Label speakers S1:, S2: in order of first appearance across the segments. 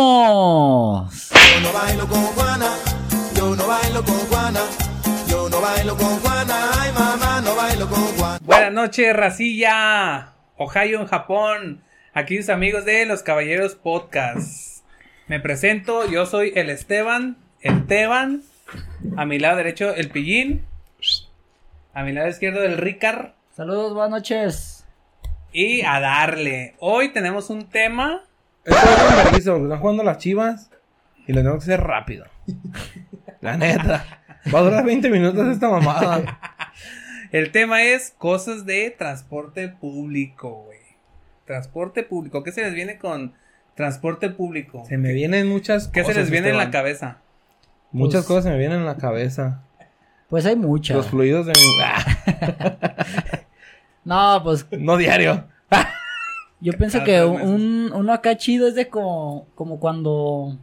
S1: ¡Comenzamos!
S2: Yo no bailo con Juana, yo no bailo con Juana, yo no bailo con Juana, ay mamá, no bailo con Juana.
S3: Buenas noches, Racilla. Ohio en Japón. Aquí sus amigos de Los Caballeros Podcast. Me presento, yo soy el Esteban, el Teban. A mi lado derecho, el Pillín. A mi lado izquierdo, el Ricard.
S1: Saludos, buenas noches.
S3: Y a darle. Hoy tenemos un tema.
S4: Esto es un vergüenza, porque están jugando las chivas y lo tengo que hacer rápido. La neta. Va a durar 20 minutos esta mamada.
S3: El tema es cosas de transporte público, güey. Transporte público. ¿Qué se les viene con transporte público?
S4: Se me vienen muchas
S3: ¿Qué
S4: cosas.
S3: se les viene en la
S4: Esteban.
S3: cabeza?
S4: Muchas
S1: Pues-
S4: cosas se me vienen en la cabeza.
S1: Pues hay muchas.
S4: Los fluidos de mi. Ah,
S1: No, pues
S4: no diario.
S1: yo pienso
S3: cada
S1: que
S3: tres
S1: un, uno acá chido es de como, como cuando...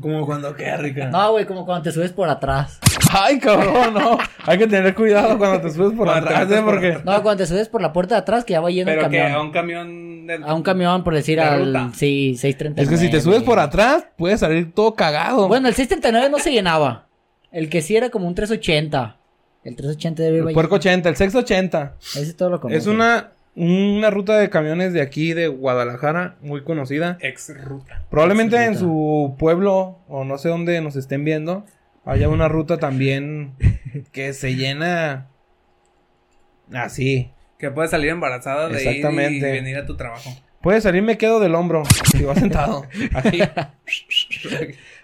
S4: Como cuando qué rica.
S1: No, güey, como cuando te subes por atrás.
S4: Ay, cabrón, no. Hay que tener cuidado cuando te subes por
S3: Cuando te
S4: atrás,
S3: metes
S4: ¿eh?
S3: por
S4: Porque.
S3: atrás.
S1: No, cuando te subes por la puerta de atrás que ya va lleno el
S3: Pero que a
S1: camión.
S3: un camión del-
S1: A un camión, por decir,
S3: De
S1: al...
S3: ruta.
S1: Sí, 639.
S4: Es que si te subes por atrás, puedes salir todo cagado.
S1: Bueno, el 639 no se llenaba. El que sí era como un 380. El 380 debe
S4: el puerco 80, el sexo 80.
S1: Ese todo lo
S4: Es
S1: conozco.
S4: una, una ruta de camiones de aquí, de Guadalajara, muy conocida.
S3: ex ruta.
S4: Probablemente en
S1: Excelente.
S4: su pueblo o no sé dónde nos estén viendo, haya una ruta también que se llena así.
S3: Que puedes salir embarazada de ir y
S4: Exactamente.
S3: venir a tu trabajo.
S4: Puede salir me quedo del hombro si vas sentado. Así.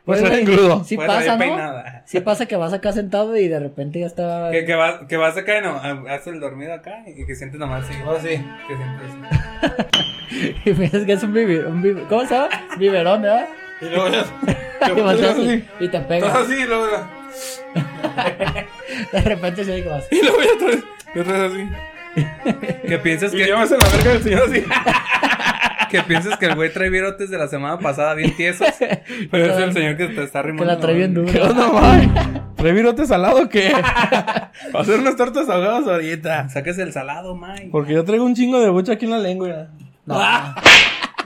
S4: Puede
S1: Pues,
S4: salir
S1: güey,
S4: engrudo.
S1: Sí
S3: Puedes salir
S1: pasa, ¿no?
S3: peinada.
S1: Sí pasa que vas acá sentado y de repente ya está...
S3: Que, que, vas, que vas acá y no, haces el dormido acá y que sientes nomás así.
S4: Ahora sí.
S3: Que sientes.
S1: Y piensas que es un biberón. Un biber- ¿Cómo se llama? Biberón, ¿verdad?
S3: Y luego ya.
S1: Y, volteas
S4: así.
S1: y- y te
S3: Estás
S1: pega.
S3: así y luego ya.
S1: De repente se ve que vas.
S3: Y luego ya otra vez. Y otra vez así. Que piensas que. llevas en la verga del señor así. Que piensas que el güey trae virotes de la semana pasada bien tiesos. Pero es el señor que te está
S1: Que
S3: arrimando.
S1: la trae bien duro.
S4: ¿Qué onda, May? ¿Trae virote salado o qué? Va a hacer unas tortas ahogadas ahorita.
S3: Saques el salado, Mike.
S4: Porque yo traigo un chingo de bucha aquí en la lengua.
S1: No.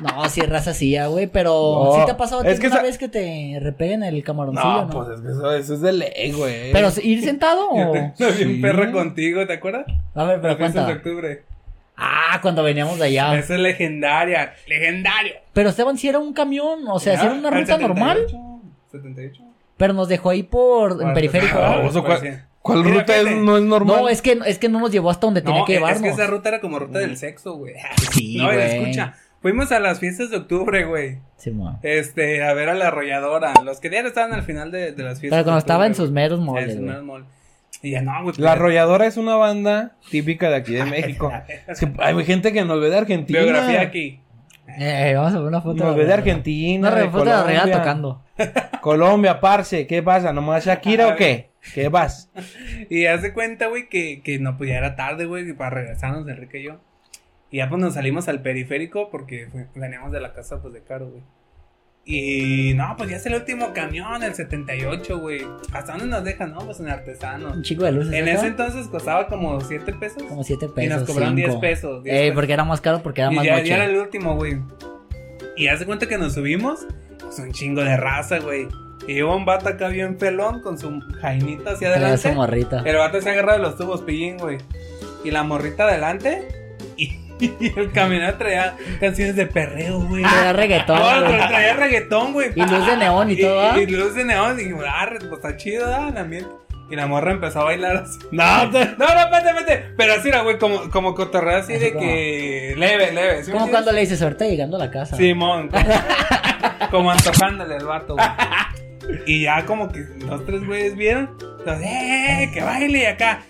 S1: No, si es raza así, ya, güey, pero
S4: No.
S1: sí te ha pasado a ti
S4: Es que
S1: una
S4: esa-
S1: vez que te repeguen el camaroncillo,
S4: No,
S1: ¿no?
S4: pues
S3: eh,
S4: es que eso, eso es de ley, güey.
S1: Pero ir sentado o
S3: Estoy bien
S4: Sí.
S3: perro contigo, ¿te acuerdas?
S1: A ver, Oh, pero
S3: La fiesta de
S1: cuenta.
S3: octubre.
S1: Ah, cuando veníamos de allá.
S3: Esa es legendaria. Legendario.
S1: Pero Esteban si era un camión, o sea, si era una
S3: Al
S1: ruta
S3: 78,
S1: normal,
S3: 78.
S1: pero nos dejó ahí por en
S3: Cuarenta.
S1: periférico.
S3: Ah,
S1: ¿verdad?
S4: Baboso,
S3: pues,
S4: ¿cuál,
S3: sí.
S4: cuál
S3: Mira,
S4: ruta es,
S3: fíjate.
S4: no es normal?
S1: No, es que es que no nos llevó hasta donde tenía
S3: No,
S1: que llevarnos.
S3: es que esa ruta era como ruta del sexo, güey.
S1: Sí,
S3: no,
S1: güey.
S3: escucha. Fuimos a las fiestas de octubre, güey.
S1: Sí, mo.
S3: Este, a ver a la arrolladora. Los que ya estaban al final de, de las fiestas.
S1: Pero
S3: de
S1: cuando estaba en
S3: octubre,
S1: sus meros
S3: güey. En
S1: moles,
S3: sus
S1: güey.
S3: meros moles. Y ya no, güey.
S4: La
S3: pues,
S4: Arrolladora es una banda típica de aquí de México. Es que hay gente que nos ve de Argentina.
S3: Biografía aquí.
S1: Eh, vamos a ver una foto.
S4: Nos
S1: de
S4: ve de
S1: la-
S4: Argentina.
S1: Una
S4: de
S1: foto de la regada
S4: Colombia.
S1: tocando.
S4: Colombia, parce, ¿qué pasa? ¿Nomás Shakira o qué? ¿Qué vas?
S3: Y hace cuenta, güey, que, que no, pues ya era tarde, güey, y para regresarnos, Enrique y yo. Y ya pues nos salimos al periférico porque fue- veníamos de la casa, pues de caro, güey. Y no, pues ya es el último camión, el 78, güey. ¿Hasta dónde nos dejan? No, pues en
S1: Un
S3: artesanos.
S1: chico de luces.
S3: En
S1: acá,
S3: ese entonces costaba como 7 pesos.
S1: como 7 pesos.
S3: y nos cobraron 10
S1: cinco.
S3: pesos. 10
S1: Eh,
S3: pesos.
S1: porque era más caro porque era
S3: Y
S1: más
S3: ya, ya era
S1: noche.
S3: el último, güey. Y hace cuenta que nos subimos, pues un chingo de raza, güey. Y iba un vato acá bien pelón con su jainita hacia
S1: Traía su
S3: adelante.
S1: morrita.
S3: El vato se agarra de los tubos, pillín, güey. Y la morrita adelante. Y, y el caminar traía canciones de perreo, güey.
S1: Era
S3: No,
S1: reggaetón.
S3: pero
S1: Ah, güey.
S3: traía reggaetón, güey.
S1: Y luz de neón y todo, ¿ah?
S3: Y, y luz de neón. Y dijimos, ah, pues está chido, ¿ah? El ambiente. Y la morra empezó a bailar así.
S4: No, te-
S3: No, no, espérate, espérate. Pero así era, güey, como, como cotorreo así
S1: Así
S3: de
S1: como-
S3: que. Leve, leve. ¿sí me
S1: Como
S3: entiendes?
S1: cuando le dices, ahorita llegando a la casa.
S3: Simón. como- Como antojándole al vato, güey. Y ya como que los tres güeyes vieron. Entonces, ¡eh, eh, que baile! Y acá.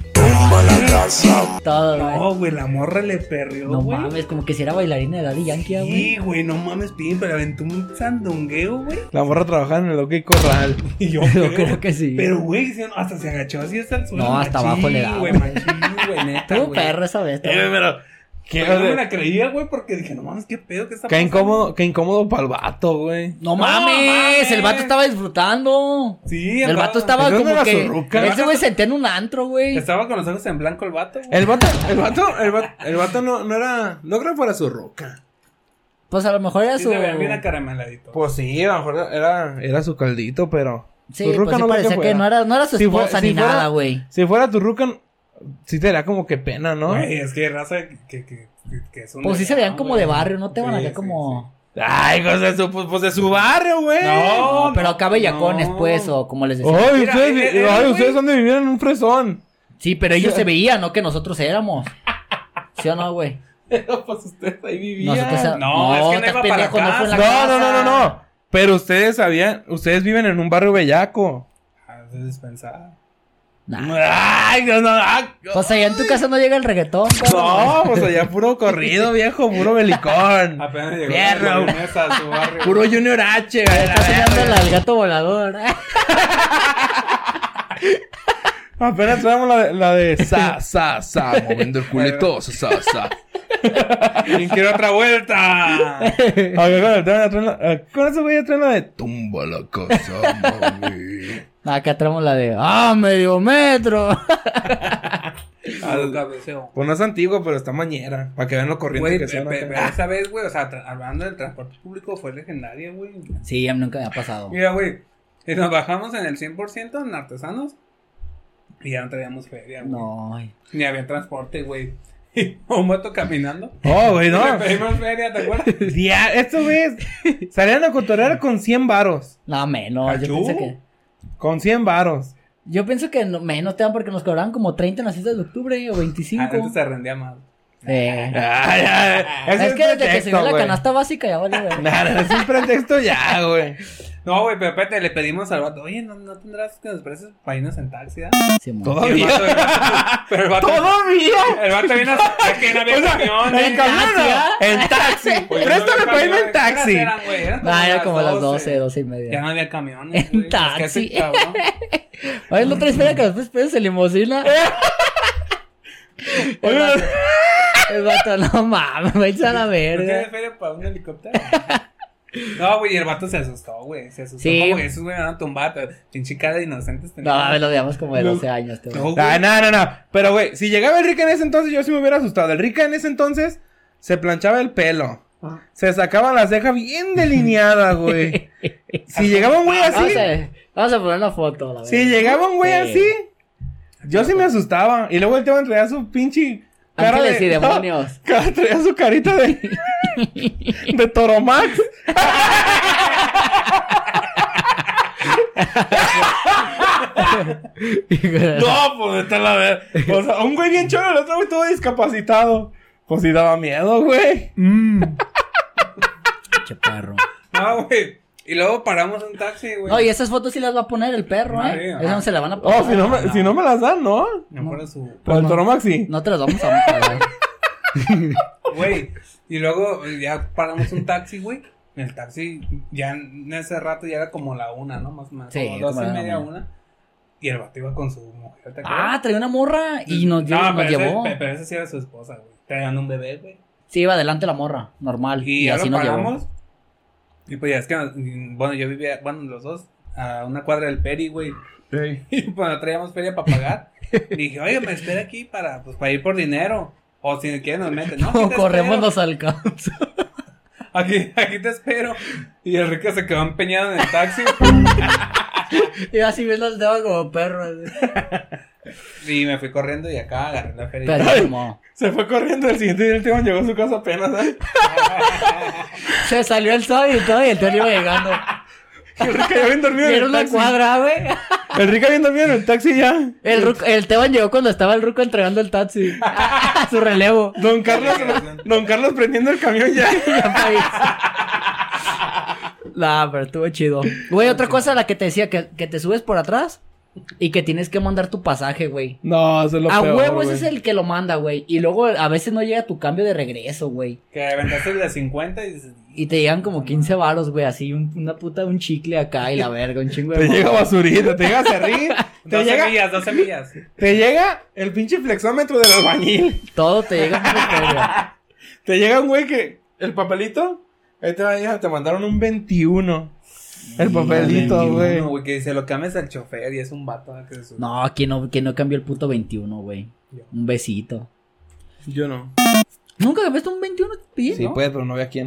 S1: Todo, güey.
S3: No, güey, la morra le perrió,
S1: No
S3: güey.
S1: mames, como que si era bailarina de Daddy Yankee, ah, güey.
S3: Sí, güey, no mames, pin, pero aventó un sandungueo, güey.
S4: La morra trabajando en el OK Corral.
S3: Y yo,
S1: Yo
S3: creo.
S1: creo que sí.
S3: Pero, güey, se- hasta se agachó así hasta el suelo.
S1: No, hasta
S3: machín,
S1: abajo le daba,
S3: güey.
S1: güey.
S3: Machín, güey, neta,
S1: Tuvo
S3: güey.
S1: perro esa vez.
S4: Eh, pero... Qué,
S3: Pero yo no me la creía, güey, porque dije, no mames, qué pedo que está
S4: qué
S3: pasando.
S4: incómodo, qué incómodo para el vato, güey.
S1: No,
S3: No
S1: mames,
S3: mames.
S1: el vato estaba disfrutando.
S3: Sí,
S1: El vato estaba
S4: ¿Pero dónde
S1: como
S4: era
S1: que.
S4: su ruca?
S1: Ese güey sentía en un antro, güey.
S3: Estaba con los ojos en blanco el vato, güey.
S4: El vato, el vato, el vato, el vato no, no era, no creo que fuera su roca.
S1: Pues a lo mejor era
S3: Sí,
S1: su.
S3: se veía bien acarameladito.
S4: Pues sí, a lo mejor era, era su caldito, pero.
S1: Sí,
S4: tu
S1: pues
S4: ruca
S1: sí
S4: no creo
S1: parecía que,
S4: fuera.
S1: no, era, no era su
S4: Si fue-
S1: esposa
S4: si
S1: ni
S4: fuera-
S1: nada, güey.
S4: Si fuera tu ruca, sí te daría como que pena, ¿no?
S3: Güey, es que raza que, que, que, que es un
S1: Pues sí se veían
S3: desgraciado,
S1: como
S3: güey.
S1: de barrio, no te van a
S3: Sí,
S1: ver
S3: sí,
S1: como.
S4: Ay, pues de su, pues, pues de su barrio, güey.
S3: No,
S1: No, pero acá bellacones,
S3: no.
S1: pues, o como les decía.
S4: Ay,
S3: Mira,
S4: ustedes,
S3: eh, eh,
S4: ay,
S3: güey.
S4: ustedes han de vivir en un fresón.
S1: Sí, pero ellos se veían, no que nosotros éramos. ¿Sí o no, güey?
S4: Pero pues ustedes ahí vivían.
S1: Nosotros
S3: No, es que no
S1: estás
S3: iba para
S1: pendejo, no fue en la
S4: No,
S1: casa.
S4: no, no, no, no. Pero ustedes sabían, ustedes viven en un barrio bellaco.
S3: sí. Ah, es dispensada.
S1: Nah.
S4: Ay, no, no, ah,
S1: Pues allá en tu casa no llega el reggaetón, cabrón.
S4: no, Ah, pues allá puro corrido, viejo, puro belicón.
S3: Apenas llegó
S4: Fierro.
S3: la mayonesa a su barrio.
S4: Puro Junior H, güey.
S1: Estás soñando al gato volador.
S4: Apenas traemos la de, la de sa, sa, sa, moviendo el culito, sa, sa, sa.
S3: ¿Quién quiere otra vuelta?
S4: Oye, con, el tema ya traen la- eh, con eso voy a traer la de tumba la casa, mami.
S1: Acá traemos la de, ah, medio metro.
S3: Al cabeceo.
S4: Pues no es antigua, pero está mañera. Para que vean lo corriente
S3: Güey,
S4: que
S3: pe-
S4: son.
S3: pe-
S4: acá.
S3: pero esa vez, güey, o sea, tra- hablando del transporte público fue legendario, güey.
S1: Sí, a mí nunca me ha pasado.
S3: Mira, güey, y nos bajamos en el 100% en artesanos y ya no traíamos feria, güey.
S1: No, ay.
S3: Ni había transporte, güey. Y un vato caminando.
S4: Oh, güey, no.
S3: Le pedimos feria, ¿te acuerdas?
S4: Dia- Estos güeyes salían a cotorrear con 100 varos.
S1: no, menos. Yo
S3: ¿Cachú?
S1: pienso que.
S4: Con 100 varos.
S1: Yo pienso que no- menos te dan porque nos cobraban como 30 en las fiestas de octubre o 25.
S3: Antes se Ah, rendía más.
S1: Eh,
S4: Ay, ay, ese
S1: es que desde que
S4: pretexto,
S1: subió la
S4: güey.
S1: canasta básica ya vale, güey.
S4: Nah, es un pretexto ya, güey.
S3: No, güey, pero espérate, le pedimos al vato, oye, ¿no, no tendrás que nos prestes para irnos en taxi? ah?"
S1: Sí, mo.
S4: Todo-
S3: Y el vato- el vato- Pero el vato...
S4: ¡Todavía!
S3: El vato vino a... Es que no había
S4: O sea,
S3: camión,
S4: en
S3: eh.
S4: camioneta, en taxi.
S3: Oye, no
S4: Préstame
S3: había
S4: para irme en
S3: camiones.
S4: taxi.
S3: ¿Qué horas eran, güey? Eran
S1: Ah, era como las 12, 12 y
S3: Ya no
S1: media.
S3: había camiones.
S1: En
S3: güey. pues, Es que
S1: taxi.
S3: ese cabrón-
S1: Oye, no traes feria que después pedes en limusina.
S4: Oye,
S1: El vato, no mames, me echan a la
S3: ¿No tiene
S1: verga.
S3: feria para un helicóptero? No, güey, y el vato se asustó, güey. Se asustó.
S1: Sí.
S3: Como que esos, güey, van a tumbar. pero Pinche cara de inocentes.
S1: No,
S3: tenía.
S1: a ver, lo veíamos como de
S3: No.
S1: 12 años. Te
S3: No, güey.
S4: Ah, no, no, no. Pero, güey, si llegaba el Rica en ese entonces, yo sí me hubiera asustado. El Rica en ese entonces se planchaba el pelo.
S1: Ah.
S4: Se sacaba la ceja bien delineada, güey. Si llegaba un güey así,
S1: Vamos a, vamos a poner una foto. a La
S4: si
S1: verga.
S4: llegaba un güey
S1: Sí.
S4: así, yo sí me asustaba. Y luego el tema traía su pinche cara
S1: Ángeles
S4: de...
S1: y demonios.
S4: Cara- traía su carita de... de Toromax. No, pues está la ver. O sea, un güey bien cholo, el otro güey todo discapacitado. Pues sí daba miedo, güey.
S1: Che perro.
S3: No, güey. Y luego paramos un taxi, güey.
S1: Oye, esas fotos sí las va a poner el perro,
S3: Madre,
S1: ¿eh?
S3: ajá.
S1: Esas no se las van a poner.
S4: Oh, si no me, si no me las dan, ¿no?
S3: Me acuerdo su.
S4: Para el toro maxi.
S1: No te las vamos a pagar.
S3: Güey. Y luego eh, ya paramos un taxi, güey. El taxi, ya en ese rato ya era como la una, ¿no? Más o menos.
S1: Sí,
S3: como dos
S1: como
S3: y
S1: la
S3: media,
S1: una.
S3: una. Y el vato iba con su mujer, ¿te acuerdas?
S1: Ah, traía una morra y nos, dio- nos
S3: pero ese-
S1: llevó.
S3: pe- pero esa sí era su esposa, güey. Traían un bebé, güey.
S1: Sí, iba adelante la morra, normal.
S3: Y,
S1: Y,
S3: ya
S1: así
S3: lo
S1: nos llevó.
S3: paramos. Y pues ya es que, nos- y, bueno, yo vivía, bueno, los dos, a una cuadra del Peri, güey. Y cuando traíamos feria para pagar, dije, oye, me espera aquí para, pues, para ir por dinero. O si quieren nos meten, ¿no? aquí
S1: O
S3: te
S1: corremos
S3: espero.
S1: nos alcanza.
S3: Aquí, aquí te espero. Y el rico se quedó empeñado en el taxi.
S1: Y así ves los dedos como perro. así.
S3: y me fui corriendo y acá agarré la feria.
S1: Pero como
S4: Se fue corriendo el siguiente día, el tío llegó a su casa apenas. ¿eh?
S1: se salió el sol y todo y el tío iba llegando.
S4: Y El rica ya
S1: Y
S4: bien dormido en
S1: era
S4: el
S1: una
S4: taxi.
S1: cuadra, güey.
S4: El rica bien dormido en el taxi ya.
S1: El, ruco- el Teban llegó cuando estaba el ruco entregando el taxi. A su relevo.
S4: Don Carlos, don Carlos prendiendo el camión ya.
S1: Ya pa' ahí. Nah, pero estuvo chido. Güey, otra cosa la que te decía, que, que te subes por atrás y que tienes que mandar tu pasaje, güey.
S4: No, eso es lo
S1: A
S4: peor,
S1: huevo ese es
S4: güey.
S1: el que lo manda, güey. Y luego a veces no llega tu cambio de regreso, güey.
S3: Que aventaste la 50 y dices,
S1: Y te llegan como 15 varos, güey, así un- una puta, un chicle acá y la verga, un chingo de...
S4: Te
S1: mamá.
S4: llega basurita, te llega serrín, te
S3: 12
S4: llega,
S3: millas, 12 millas.
S4: te llega el pinche flexómetro del albañil.
S1: Todo te llega por feria.
S4: Te llega un güey que el papelito, ahí te, van, te mandaron un 21. El papelito, güey.
S3: No, güey, que se lo cambias al chofer y es un vato que se sube.
S1: No, ¿quién no, quién no cambió el puto 21, güey?
S3: Yo.
S1: Un besito.
S4: Yo no.
S1: Nunca cambiaste un 21 pies,
S4: Sí,
S1: ¿no?
S4: pues, pero no había quién.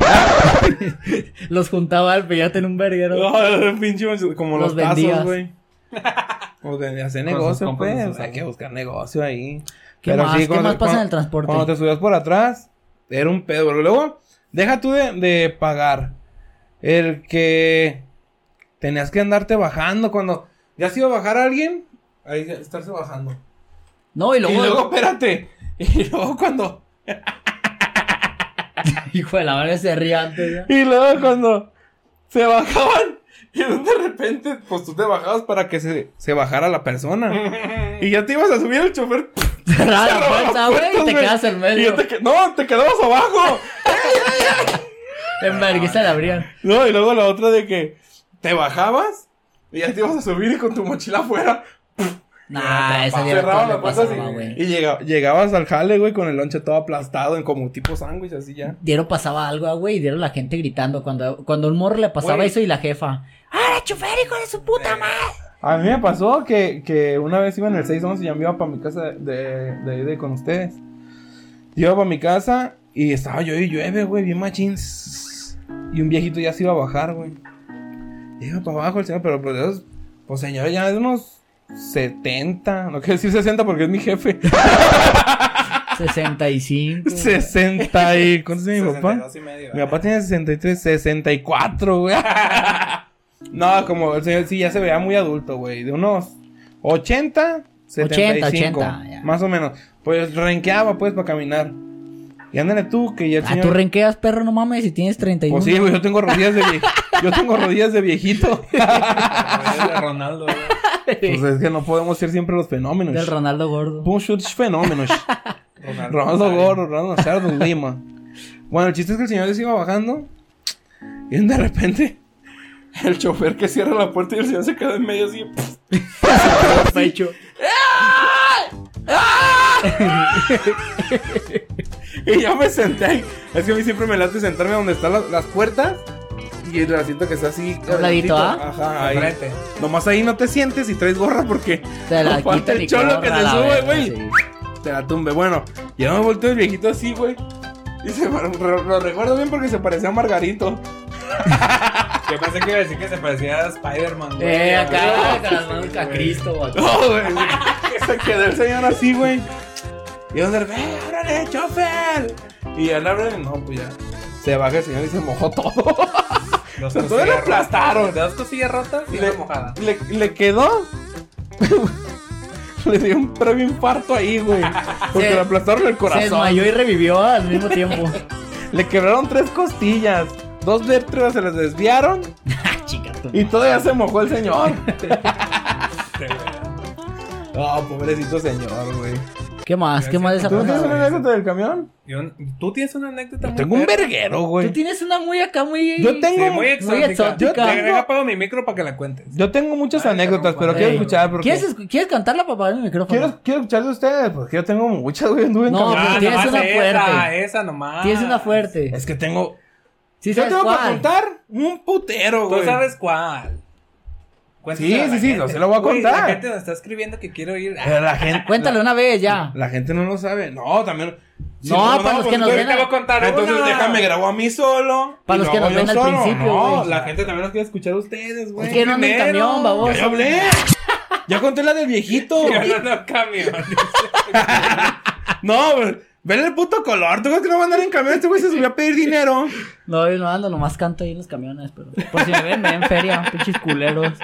S1: Los juntaba al peyote en un verguero.
S4: No, pinche, como
S1: Los
S4: los,
S1: vendías.
S4: tazos, güey. O de hacer
S3: Con sus
S4: negocio,
S3: compas,
S4: pues.
S3: sus
S4: hay que
S3: amigos.
S4: buscar negocio ahí.
S1: ¿Qué más? ¿Qué más pasa en el transporte?
S4: Cuando te subías por atrás, era un pedo. Porque luego, deja tú de, de pagar. El que tenías que andarte bajando. Cuando ya has ido a bajar a alguien, ahí estarse bajando.
S1: No, y luego.
S4: Y luego, espérate. Y luego cuando.
S1: Hijo de la madre se ríe antes. ¿ya?
S4: Y luego cuando se bajaban. Y de repente, pues tú te bajabas para que se, se bajara la persona. Y ya te ibas a subir el chofer.
S1: Cerrada Ah, la
S4: cerraba
S1: puerta,
S4: las
S1: güey, y
S4: puertas,
S1: te
S4: güey.
S1: quedas en
S4: Y
S1: medio.
S4: yo te que- No, te quedabas abajo.
S1: En vergüenza la abrían.
S4: No, y luego la otra de que te bajabas y ya te ibas a subir y con tu mochila afuera.
S1: Nah, esa ya
S4: cerraba la puerta así.
S1: pasaba, güey.
S4: Y llega- llegabas al jale, güey, con el lonche todo aplastado en como tipo sándwich, así ya.
S1: Dieron pasaba algo, ah, güey, y dieron la gente gritando. Cuando, cuando un morro le pasaba
S4: Güey.
S1: eso y la jefa. ¡Ahora, chofer, hijo de su puta madre!
S4: A mí me pasó que, que una vez iba en el 611 y ya me iba para mi casa de, de, ahí de con ustedes. Iba para mi casa y estaba yo y llueve, güey, bien machín. Y un viejito ya se iba a bajar, güey. Y Iba para abajo el señor, pero pues, de esos- pues señor, ya es de unos 70. No quiero decir 60 porque es mi jefe.
S1: 65.
S4: 60 y... ¿Cuánto tiene mi papá?
S3: 62 y medio.
S4: Mi papá tiene 63, 64, güey. no, como el señor sí ya se veía muy adulto, güey. De unos 80, 75.
S1: 80, ya.
S4: Más o menos. Pues renqueaba, pues, para caminar. Y ándale tú, que ya el
S1: Ah,
S4: señor...
S1: tú renqueas, perro, no mames, si tienes 31.
S4: Pues sí, güey, yo tengo rodillas de vie- Yo tengo rodillas de viejito.
S3: Como el Ah, Ronaldo, güey.
S4: pues es que no podemos ser siempre los fenómenos.
S1: Del Ronaldo gordo.
S4: Push fenómenos.
S3: Ronaldo.
S4: Ronaldo
S3: Nazario.
S4: Gordo, Ronaldo Sardo Lima. Bueno, el chiste es que el señor les iba bajando. Y de repente, el chofer que cierra la puerta y el señor se queda en medio así. Pues
S1: Pecho.
S4: Y yo me senté ahí. Es que a mí siempre me late sentarme donde están las, las puertas. Y el asiento que está así.
S1: Un ladito, ¿ah?
S4: Ajá, ahí.
S3: Enfrente.
S4: Nomás ahí no te sientes y traes gorra porque.
S1: Te la
S4: no falta
S1: quitan
S4: el
S1: y
S4: cholo que
S1: corre a
S4: se
S1: la
S4: sube,
S1: verga,
S4: güey.
S1: sí.
S4: Te la tumbe. Bueno, ya me volteo el viejito así, güey. Y se, lo, lo recuerdo bien porque se parecía a Margarito.
S3: Yo pensé que iba a decir que se parecía a Spider-Man, güey.
S1: Eh, acá,
S3: Sí,
S1: con las manos
S3: güey.
S1: a Cristo, güey.
S4: No, güey. Se quedó el señor así, güey. Y donde, ve, ábrale, chofer. Y él abre, no, pues ya. Se baja el señor y se mojó todo.
S3: Dos
S4: Se todo le
S3: cosillas
S4: aplastaron.
S3: rotas. Dos cosillas rotas y
S4: le,
S3: una mojada.
S4: le, le quedó. le dio un previo infarto ahí, güey. Porque
S1: Se-
S4: le aplastaron el
S1: Se
S4: corazón.
S1: desmayó y revivió al mismo tiempo.
S4: Le quebraron tres costillas. Dos vértebras se les desviaron.
S1: Ah, chica, tú.
S4: Y todavía se mojó el señor.
S3: Este, güey.
S4: Ah, pobrecito señor, güey.
S1: ¿Qué más? ¿Qué más de esa
S4: ¿Tú no tienes
S1: pasada,
S4: una
S1: güey?
S4: anécdota del camión?
S3: Y un- Tú tienes una anécdota muy
S4: Tengo un
S3: perra.
S4: verguero, güey.
S1: Tú tienes una muy acá, muy.
S4: Yo tengo-
S3: Sí, muy exótica.
S1: exótica.
S3: Yo te
S4: Yo tengo-
S3: apago mi micro para que la cuentes.
S4: Yo Ah, tengo muchas
S3: Ay,
S4: anécdotas,
S3: caramba,
S4: pero
S3: güey.
S4: quiero escuchar porque...
S1: ¿Quieres, escu- ¿Quieres cantarla para pagar el micrófono?
S4: Quiero, quiero escuchar de ustedes, porque yo tengo muchas, güey. Anduve en
S1: No,
S4: camión.
S1: pero tienes
S3: nomás
S1: una
S3: Esa,
S1: fuerte.
S3: esa nomás.
S1: Tienes una fuerte.
S4: Ah, Es que tengo...
S1: Sí,
S4: Yo
S1: sabes
S4: tengo para
S1: cuál.
S4: contar un putero,
S3: Tú
S4: güey.
S3: sabes cuál.
S4: Sí, sí, sí, no,
S3: se
S4: se lo voy a
S3: La
S4: contar.
S3: gente nos está escribiendo que quiero ir.
S4: Pero la gente...
S1: Cuéntale una vez ya.
S4: La gente no lo sabe. No, también...
S1: No, para los que nos
S4: pues, entonces-
S1: ven a-
S3: Te voy a contar
S4: Entonces
S3: una.
S4: déjame grabo a mí solo.
S1: Para
S4: y
S1: los
S4: lo
S1: que
S4: hago
S1: nos
S4: yo
S1: ven al
S4: solo.
S1: principio,
S4: No,
S1: güey.
S4: la gente también los quiere escuchar a ustedes, güey.
S1: Es que no ando en
S3: primero.
S1: camión,
S4: ¡Ya yo
S1: baboso.
S4: hablé! ¡Ya conté la del viejito!
S3: Yo no, no cambio.
S4: No, güey. Ven el puto color. ¿Tú crees que no va a andar en camión? Este güey se subió a pedir dinero.
S1: No, yo no ando, nomás canto ahí en los camiones, pero. Por si me ven, me ven feria, pinches culeros.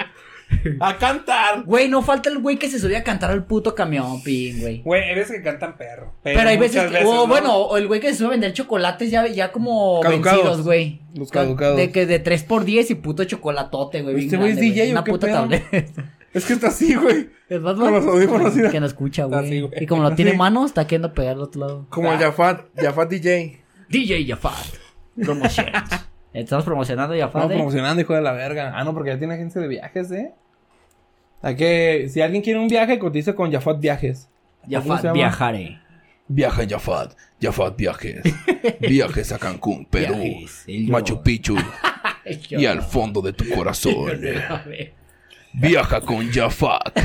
S4: A cantar.
S1: Güey, no falta el güey que se subía a cantar al puto camión, pin, güey.
S3: Güey, hay veces que cantan perro.
S1: Pero hay veces
S3: muchas
S1: que, o
S3: ¿no?
S1: bueno, o el güey que se sube a vender chocolates ya, ya como
S4: Caducados.
S1: vencidos, güey.
S4: Los caducados.
S1: De que de 3 por 10 y puto chocolatote, güey. bien
S4: Este güey es
S1: grande,
S4: DJ o
S1: Una
S4: qué
S1: puta
S4: pedo?
S1: tableta.
S4: Es que está así, güey.
S1: El Batman.
S4: Con los audífonos, mira.
S1: Que no escucha,
S4: Está
S1: güey.
S4: así, güey.
S1: Y como no
S4: Está
S1: tiene
S4: así.
S1: manos, está queriendo pegar al otro lado.
S4: Como el Jafat, Jafat DJ.
S1: DJ Jafar. Promoción. Estamos promocionando Jafar.
S4: No,
S1: eh.
S4: promocionando, hijo de la verga. Ah, no, porque ya tiene agencia de viajes, ¿eh? A que si alguien quiere un viaje, cotiza con Jafat Viajes. ¿Cómo se
S1: Jafar,
S4: llama?
S1: viajaré.
S5: Viaja Jafat, Jafat Viajes. Viajes a Cancún, Perú,
S1: Viajes, el dolor.
S5: Machu Picchu
S1: Ay, yo-
S5: y al fondo de tu corazón.
S1: A ver.
S5: Viaja con Jafat.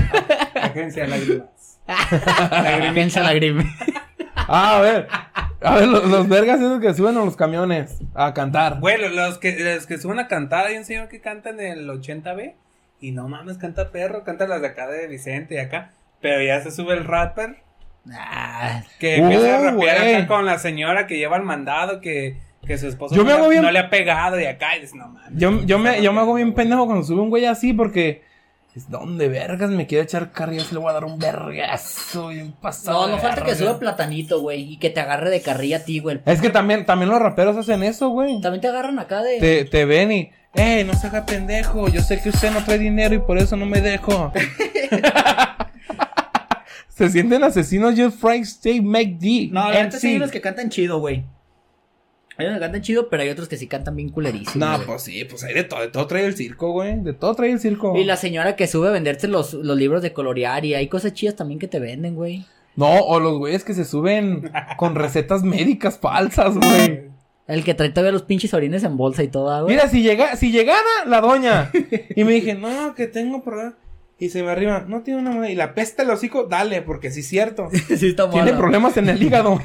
S3: Agencia de lágrimas.
S1: Piensa la grime.
S4: Ah, a ver. A ver, los, los vergas esos que suben a los camiones a cantar.
S3: Güey, los- los que, los que suben a cantar, hay un señor que canta en el 80B y no mames, canta perro, canta las de acá de Vicente y acá, pero ya se sube el rapper
S1: Ah,
S3: que empieza a
S4: Uh,
S3: rapear
S4: güey.
S3: acá con la señora que lleva el mandado, que, que su esposo
S4: Yo
S3: no,
S4: me
S3: le-
S4: hago bien-
S3: no le ha pegado y acá y dices, no mames.
S4: Yo, yo, me, yo me hago bien
S3: güey.
S4: pendejo cuando sube un güey así porque. es, ¿Dónde vergas me quiere echar carrillas? Le voy a dar un vergazo y un pasado.
S1: no, no
S4: de
S1: falta que
S4: verga.
S1: suba platanito, güey. Y que te agarre de carrilla a ti, güey.
S4: Es que también, también los raperos hacen eso, güey.
S1: También te agarran acá de.
S4: Te, te ven y. ¡Ey, no se haga pendejo! Yo sé que usted no trae dinero y por eso no me dejo. se sienten asesinos Just Frank State McD.
S1: No, la neta sí hay unos que cantan chido, güey. Hay unos que cantan chido, pero hay otros que sí cantan bien culerísimos.
S4: No,
S1: güey.
S4: pues sí, pues hay de todo, de todo trae el circo, güey. De todo trae el circo.
S1: Y la señora que sube a venderse los, los libros de colorear y hay cosas chidas también que te venden, güey.
S4: No, o los güeyes que se suben con recetas médicas falsas, güey.
S1: El que trae todavía los pinches orines en bolsa y todo, güey.
S4: Mira, si llega, si llegara la doña y me dije, no, que tengo problema. Y se me arriba, no tiene una moneda. Y la pesta el hocico, dale, porque sí es cierto.
S1: sí está
S4: Tiene
S1: mala.
S4: problemas en el hígado.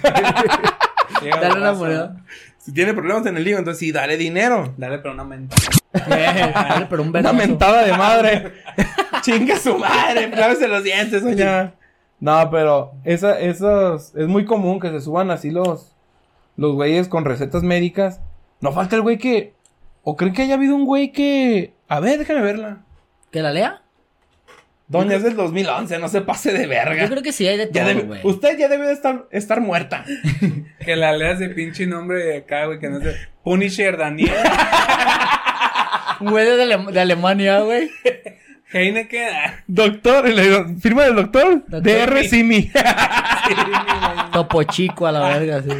S3: Llega el
S1: Dale una
S3: brazo,
S1: moneda.
S4: si tiene problemas en el hígado, entonces sí, dale dinero.
S3: Dale, pero una menta.
S1: Dale, pero un
S4: Una
S1: vergazo.
S4: mentada de madre. Chinga su madre, clávese los dientes, doña. No, pero esa, esos, es muy común que se suban así los, los güeyes con recetas médicas. No falta el güey que, o creen que haya habido un güey que, a ver, déjame verla.
S1: ¿Que la lea?
S4: Doña, es del 2011, no se pase de
S1: Yo
S4: verga.
S1: creo que sí hay de
S4: Ya
S1: todo,
S4: debe-
S1: güey.
S4: usted ya debe de estar, estar muerta.
S3: Que la leas de pinche nombre de acá, güey, que no sé. Punisher Daniel,
S1: Güey de, Alem- de Alemania, güey.
S3: Heineken. ah,
S4: Doctor, y le digo, firma del doctor,
S1: Doctor
S4: DR
S1: Mi.
S4: Simi.
S3: sí, güey.
S1: Topo chico a la verga, sí.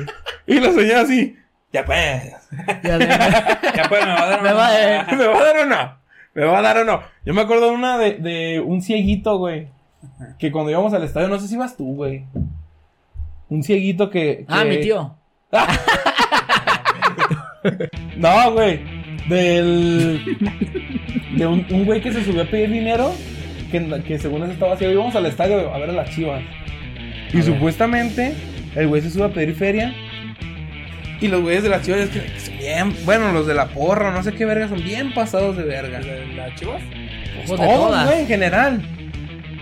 S4: y la señora así, ya pues.
S1: Ya de-
S3: Ya pues, me va a dar
S1: Me va a
S3: una-
S1: dar.
S4: ¿Me va a dar o no? ¿Me va a dar o no? Yo me acuerdo de una de, de un cieguito, güey. Que cuando íbamos al estadio, no sé si ibas tú, güey. Un cieguito que. que-
S1: Ah, mi tío.
S4: No, güey. Del. De un, un güey que se subió a pedir dinero. Que, que según eso estaba ciego. Íbamos al estadio a ver a las chivas. Y supuestamente, el güey se sube a pedir feria. Y los güeyes de las chivas, es que son bien. Bueno, los de la porra, no sé qué verga, son bien pasados de verga.
S3: ¿La la chivas?
S1: Pues de
S4: Todos,
S1: todas.
S4: güey, en general.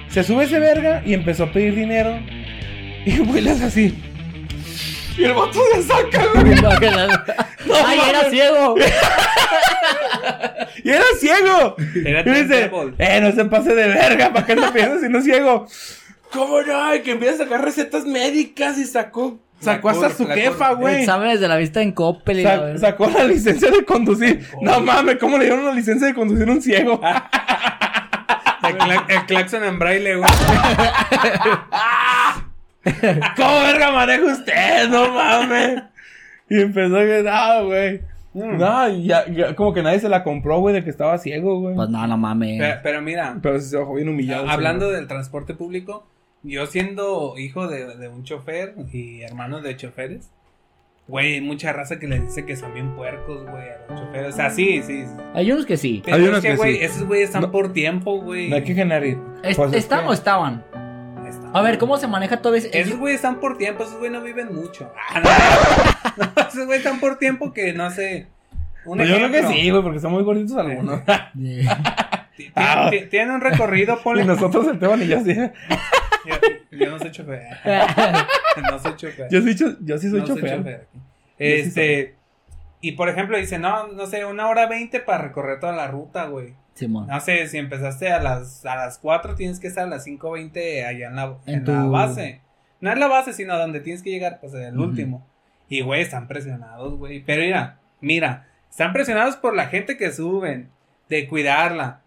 S4: Se sube ese verga y empezó a pedir dinero. Y güey, le hace así. Y el vato se saca, güey.
S1: No, que la- Ay, era ciego.
S4: Y era ciego.
S3: Era
S4: y dice,
S3: Temple.
S4: eh, no se pase de verga, ¿para qué anda pidiendo si no es ciego? ¿Cómo no? Y que empieza a sacar recetas médicas y sacó, sacó
S3: La
S4: hasta
S3: cor-
S4: su
S3: la
S4: jefa,
S3: cor-
S4: güey.
S1: Exámenes de la vista en Coppel y la
S4: Sa-
S1: verga.
S4: sacó la licencia de conducir. No mames, ¿cómo le dieron una licencia de conducir a un ciego?
S3: El, cla- el claxon en braille, güey.
S1: Ah,
S4: ¿Cómo verga maneja usted? No mames. Y empezó a decir, ah, güey.
S3: Mm.
S4: No, y ya, ya como que nadie se la compró, güey, de que estaba ciego, güey.
S1: Pues no, no mames.
S4: Eh.
S3: Pero, pero mira,
S4: Pero sí se bajó bien humillado.
S3: Ah, hablando
S4: de...
S3: del transporte público, yo siendo hijo de, de un chofer y hermano de choferes, güey, hay mucha raza que le dice que son bien puercos, güey, a los choferes. O sea, sí, sí. sí.
S1: Hay unos que sí.
S3: Pero
S4: Hay
S3: es
S4: unos
S3: que,
S4: que
S3: güey,
S4: sí.
S3: esos güeyes están
S4: No.
S3: por tiempo, güey.
S4: No hay que generar.
S1: Es-
S4: Pues es
S1: ¿Están
S4: que-
S1: o estaban?
S3: Están-
S1: A ver, ¿cómo se maneja todo eso?
S3: Esos güeyes están por tiempo, esos güeyes no viven mucho. Ah, no. No, esos güeyes están por tiempo que no sé. un
S4: Pues yo creo que
S3: ejemplo.
S4: sí, güey, porque son muy gorditos algunos.
S3: Ti-
S4: Ah.
S3: ti- ti- Tiene un recorrido,
S4: y
S3: ponle.
S4: nosotros el tema ni yo sí.
S3: Yo, yo no soy chofer. No soy chofer.
S4: Yo sí, cho- yo sí soy
S3: No
S4: chofer.
S3: aquí. Este. Y por ejemplo, dice, no, no sé, una hora veinte para recorrer toda la ruta, güey.
S1: Simón.
S3: No sé, si empezaste a las, a las 4, tienes que estar a las 5.20 allá en la,
S1: En
S3: en la
S1: tu-
S3: base. No en la base, sino donde tienes que llegar, pues el
S1: Ujú.
S3: último. Y, güey, están presionados, güey. Pero mira, mira, están presionados por la gente que suben, de cuidarla,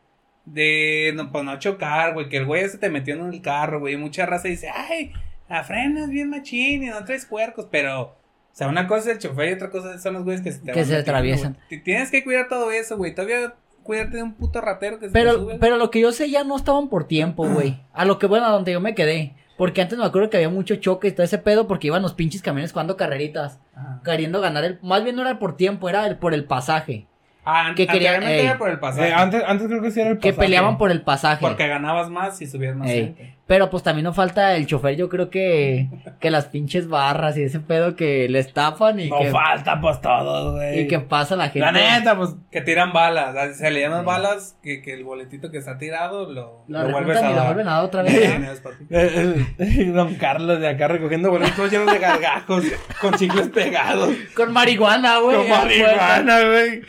S3: de no, pues, no chocar, güey, que el güey se te metió en el carro, güey. Y mucha raza dice, ay, la frenas bien machín y no traes puercos, pero... O sea, una cosa es el chofer y otra cosa son los güeyes que se
S1: Que
S3: te
S1: se
S3: metiendo,
S1: atraviesan.
S3: güey. Te Tienes que cuidar todo eso, güey. Todavía cuídate de un puto ratero que se te
S1: Pero,
S3: sube.
S1: pero lo que yo sé ya no estaban por tiempo, güey. A lo que bueno, a donde yo me quedé. Porque antes me acuerdo que había mucho choque y todo ese pedo porque iban los pinches camiones jugando carreritas.
S3: Ajá.
S1: Queriendo ganar el... Más bien no era por tiempo, era el- por el pasaje.
S3: Ah, an-
S1: que quería-
S3: anteriormente
S1: ey.
S3: era por el pasaje.
S4: Eh, antes, antes creo que sí era el
S1: Que
S4: pasaje.
S1: peleaban por el pasaje.
S3: Porque ganabas más y subías más
S1: Ey.
S3: gente.
S1: Pero pues también no falta el chofer, yo creo que, que las pinches barras y ese pedo que le estafan y,
S3: No
S1: que,
S3: falta, pues todos, güey.
S1: y que pasa la gente.
S3: La neta, pues que tiran balas. ah, Se le llaman balas que, que el boletito que está tirado lo,
S1: Lo
S3: lo vuelves
S1: rejuntan
S3: a
S1: y lo
S3: dar.
S1: vuelven a dar otra vez. ¿no?
S3: Tienes, papi.
S4: El- el Don Carlos de acá recogiendo boletos todos llenos de gargajos, con chicles pegados,
S1: Con marihuana, güey. ah,
S4: con
S1: a fuerza.
S4: marihuana,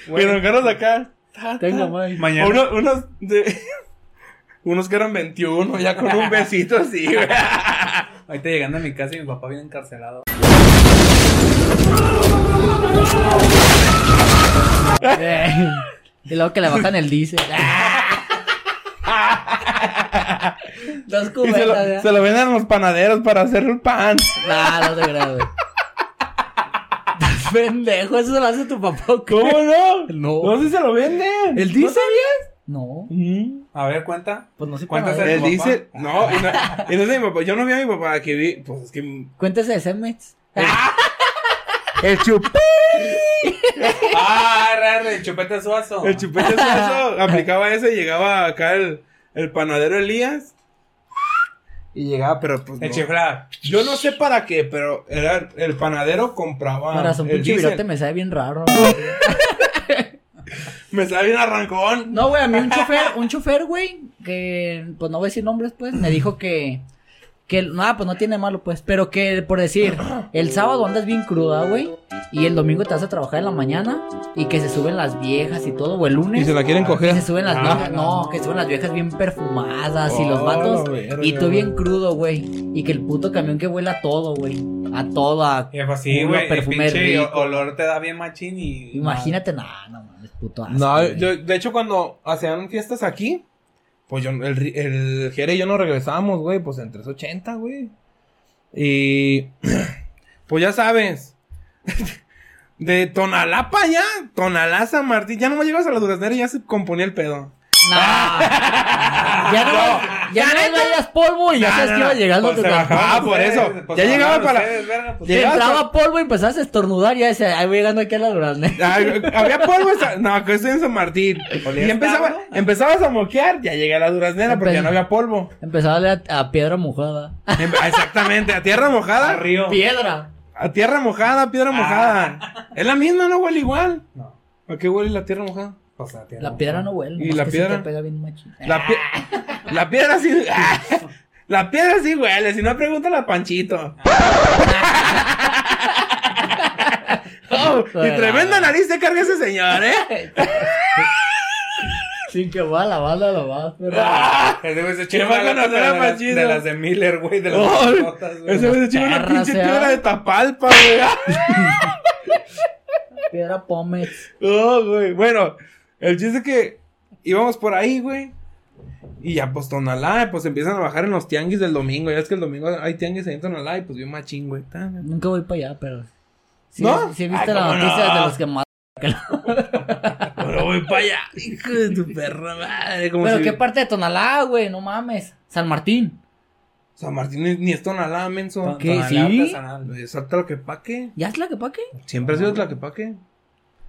S4: güey. Y Don Carlos acá. ta, ta.
S1: Tengo, güey.
S3: Mañana.
S4: Uno- unos, de- unos que eran 21, ya con un besito así, güey.
S3: Ahorita llegando a mi casa y mi papá viene encarcelado.
S1: Eh, Y luego que le bajan el dice. Dos
S4: Y se lo,
S1: cubetas.
S4: se
S1: ¿eh?
S4: lo venden a los panaderos para hacer el pan.
S1: Nah, no te creas, güey. Pendejo, eso se lo hace tu papá. ¿o qué?
S4: ¿Cómo no?
S1: No.
S4: No sé si se lo venden.
S1: ¿El diésel? No,
S4: Mm.
S3: A ver, cuenta.
S1: pues no sé
S3: ¿Cuántas
S1: cuál es.
S3: hay?
S4: El
S3: papá?
S4: diésel. No, y no- entonces mi papá, yo no vi a mi papá que vi, pues es que
S1: Cuéntese de Cemex. Ah,
S4: el chupete,
S3: ¡Ah, arre, el chupete suazo!
S4: el chupete suazo aplicaba eso y llegaba acá el, el panadero Elías. Y llegaba, pero pues
S3: El
S4: no.
S3: chiflar.
S4: yo no sé para qué, pero era el panadero compraba
S1: Para su
S4: ah, el
S1: pinche
S4: diésel.
S1: virote me sabe bien raro.
S4: Me sale bien arrancón.
S1: No, güey, a mí un chofer, un chofer, güey, que pues no voy a decir nombres, pues, me dijo que. Que nada, pues no tiene malo, pues. Pero que, por decir, el sábado andas bien cruda, güey. Y el domingo te vas a trabajar en la mañana. Y que se suben las viejas y todo, o el lunes.
S4: quieren
S1: Que se suben las
S4: Ah,
S1: viejas, no, que se suben las viejas bien perfumadas y los
S4: Oh,
S1: vatos.
S4: la verga,
S1: Y tú
S4: güey.
S1: bien crudo, güey. Y que el puto camión que huele a todo, güey. A todo, a-
S4: Eh,
S3: Y pues sí,
S1: Uno
S3: güey. El
S1: perfume
S3: pinche
S1: rico.
S3: olor te da bien machín y.
S1: Imagínate, nah, no mames, puto asco,
S4: No,
S1: güey.
S4: yo, de hecho, cuando hacían fiestas aquí, pues yo, el, ri- el Jere y yo nos regresábamos, güey, pues en 380, güey. Y, pues ya sabes, de Tonalá para allá, Tonalá San Martín, ya nomás llegas a la Duraznera y ya se componía el pedo.
S1: No. ya no, ya no veías polvo y ya sabes que iba llegando
S3: Pues
S1: tu
S3: se
S1: camión.
S3: bajaban
S4: Ah, por
S3: ustedes,
S4: eso.
S3: pues
S4: Ya
S3: se
S4: llegaba
S3: bajaban
S4: para-
S3: ustedes, verga, pues,
S1: Te
S4: Llegabas
S1: entraba polvo y empezabas a estornudar y ya decía, ahí voy llegando aquí a la Durazne.
S4: Ay, Había polvo, en San- no, que estoy en San Martín. Y empezaba,
S3: establo?
S4: empezabas a moquear, ya llegué a la Duraznera porque ya no había polvo.
S1: Empezaba a leer a, a piedra mojada.
S4: Em- Exactamente, a tierra mojada.
S3: a Río. Ah.
S1: piedra.
S4: A tierra mojada, piedra mojada. Es la misma, no huele igual.
S3: No.
S4: ¿A qué huele la tierra mojada?
S3: O sea, tiene-
S1: La piedra no huele.
S4: ¿Y
S1: nomás
S4: la
S1: que sí
S4: piedra?
S1: te pega bien machín.
S4: La, pie- la piedra sí. la piedra sí huele. Si no, pregúntale a Panchito. Oh, y tremenda nariz te carga ese señor, ¿eh?
S1: Sin que va la bala, la vas, perro.
S3: Ese güey se
S4: ¿Quién
S3: chingó
S4: va a
S3: la lata,
S4: conocer
S3: pero
S4: a
S3: de las-
S4: Pachino?
S3: De las de Miller, güey. De las
S4: Oh,
S3: mascotas, güey.
S4: ese güey se chiva una
S1: Perra,
S4: pinche
S1: sea.
S4: piedra de tapalpa, güey.
S1: Piedra Pómez.
S4: Oh, güey. Bueno, el chiste es que íbamos por ahí, güey. Y ya, pues, Tonalá, pues empiezan a bajar en los tianguis del domingo. Ya es que el domingo hay tianguis ahí en Tonalá y pues bien machín, güey. Ta, ta.
S1: Nunca voy para allá, pero. Sí,
S4: ¿No?
S1: sí viste
S4: Ay,
S1: la
S4: ¿cómo
S1: noticia
S4: no?
S1: de los que matan.
S4: Pero voy para allá, hijo de tu perra madre. Como
S1: Pero
S4: si-
S1: qué parte de Tonalá, güey, no mames. San Martín.
S4: San Martín ni- ni es Tonalá, menso.
S1: ¿Qué?
S3: Tonalá
S1: ¿Sí?
S3: artesanal.
S4: Es Tlaquepaque.
S1: ¿Ya es la que pa' qué?
S4: Siempre ha
S1: Ah.
S4: sido Tlaquepaque.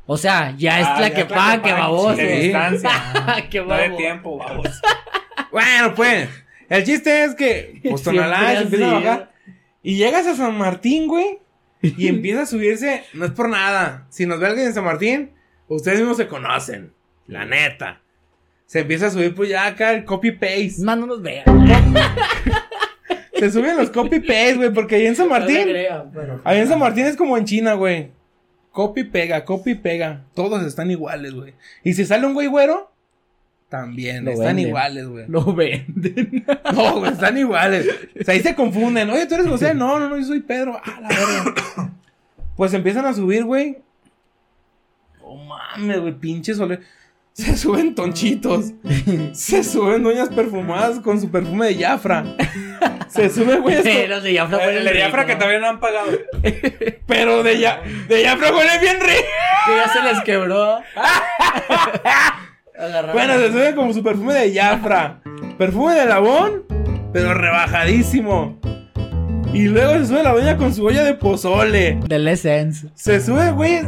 S1: O sea, ya es
S3: Ah,
S1: la
S3: ya
S1: que
S3: es
S1: pa' que
S3: paga,
S1: baboso.
S3: de
S4: Sí.
S3: distancia.
S1: Qué
S3: No de
S1: babo.
S3: tiempo, vamos.
S4: Bueno, pues, el chiste es que, pues, Tonalá
S1: Siempre
S4: se empieza a
S1: así,
S4: bajar. Y llegas a San Martín, güey, y empieza a subirse, no es por nada. Si nos ve alguien en San Martín, ustedes mismos se conocen, la neta. Se empieza a subir, pues, ya acá el
S1: Es
S4: copy-paste.
S1: más, no nos vean.
S4: Se suben los copy-paste, güey, porque ahí en San
S1: No te
S4: Martín,
S1: creo, pero-
S4: ahí en San Martín es como en China, güey. Copy-pega, copy-pega. Todos están iguales, güey. Y si sale un güey güero, también,
S1: Lo
S4: están
S1: venden.
S4: iguales, güey.
S1: Lo venden.
S4: No, güey, están iguales. O sea, ahí se confunden. Oye, tú eres José. No, no, no, yo soy Pedro. Ah, la verga. Pues empiezan a subir, güey. Oh, mames, güey, pinche sole. Se suben tonchitos. Se suben doñas perfumadas con su perfume de Jafra. Se sube, güey, esto-
S1: Pero de Jafra
S3: Eh,
S1: huelen
S3: La diafra
S1: rico.
S3: que todavía no han pagado.
S4: Pero de, ya, de Jafra huele bien rico.
S1: Que ya se les quebró. Agarraron.
S4: Bueno, se sube como su perfume de Jafra. Perfume de Labón, pero rebajadísimo. Y luego se sube la doña con su olla de pozole.
S1: Del Essence.
S4: Se sube, güey.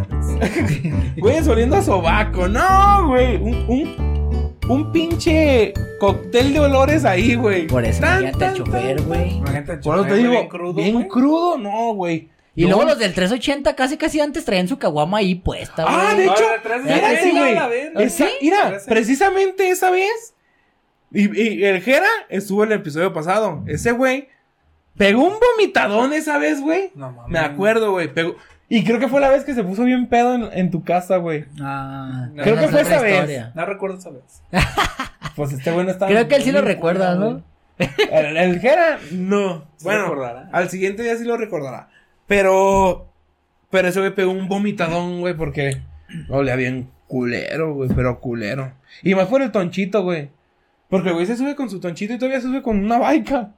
S4: Güey, oliendo a sobaco. No, güey. Un, un, un pinche cóctel de olores ahí, güey.
S1: Por eso
S4: Tan,
S1: imagínate
S4: tan,
S1: el chofer,
S4: tan.
S1: güey.
S3: Imagínate el
S4: Por eso
S3: chofer,
S4: te digo,
S3: bien crudo, güey.
S4: no, güey.
S1: Y
S4: No.
S1: luego los del 380 casi casi antes traían su caguama ahí puesta, güey.
S4: Ah, de hecho,
S3: Ahora, tres de
S1: la
S4: fíjate,
S1: verga,
S4: güey.
S3: la verga.
S4: Esa-
S1: ¿Sí?
S4: Mira,
S3: Parece.
S4: precisamente esa vez. Y, y el Jera estuvo en el episodio pasado. Ese güey pegó un vomitadón esa vez, güey.
S3: No mames.
S4: Me acuerdo, güey. Pegó. Y creo que fue la vez que se puso bien pedo en, en tu casa, güey.
S1: Ah,
S3: No,
S1: pero
S3: creo que
S1: es
S4: fue
S1: otra
S4: esa vez.
S1: historia.
S3: No recuerdo esa vez.
S4: Pues este güey no estaba.
S1: Creo que él sí lo
S4: bien
S1: recuerda,
S4: curado,
S1: ¿no?
S4: güey. El, el Jera, no.
S3: Sí
S4: Bueno,
S3: recordará.
S4: al siguiente día sí lo recordará. Pero. Pero ese güey pegó un vomitadón, güey, porque olía bien culero, güey, pero culero. Y más por el tonchito, güey. Porque el güey se sube con su tonchito y todavía se sube con una baica.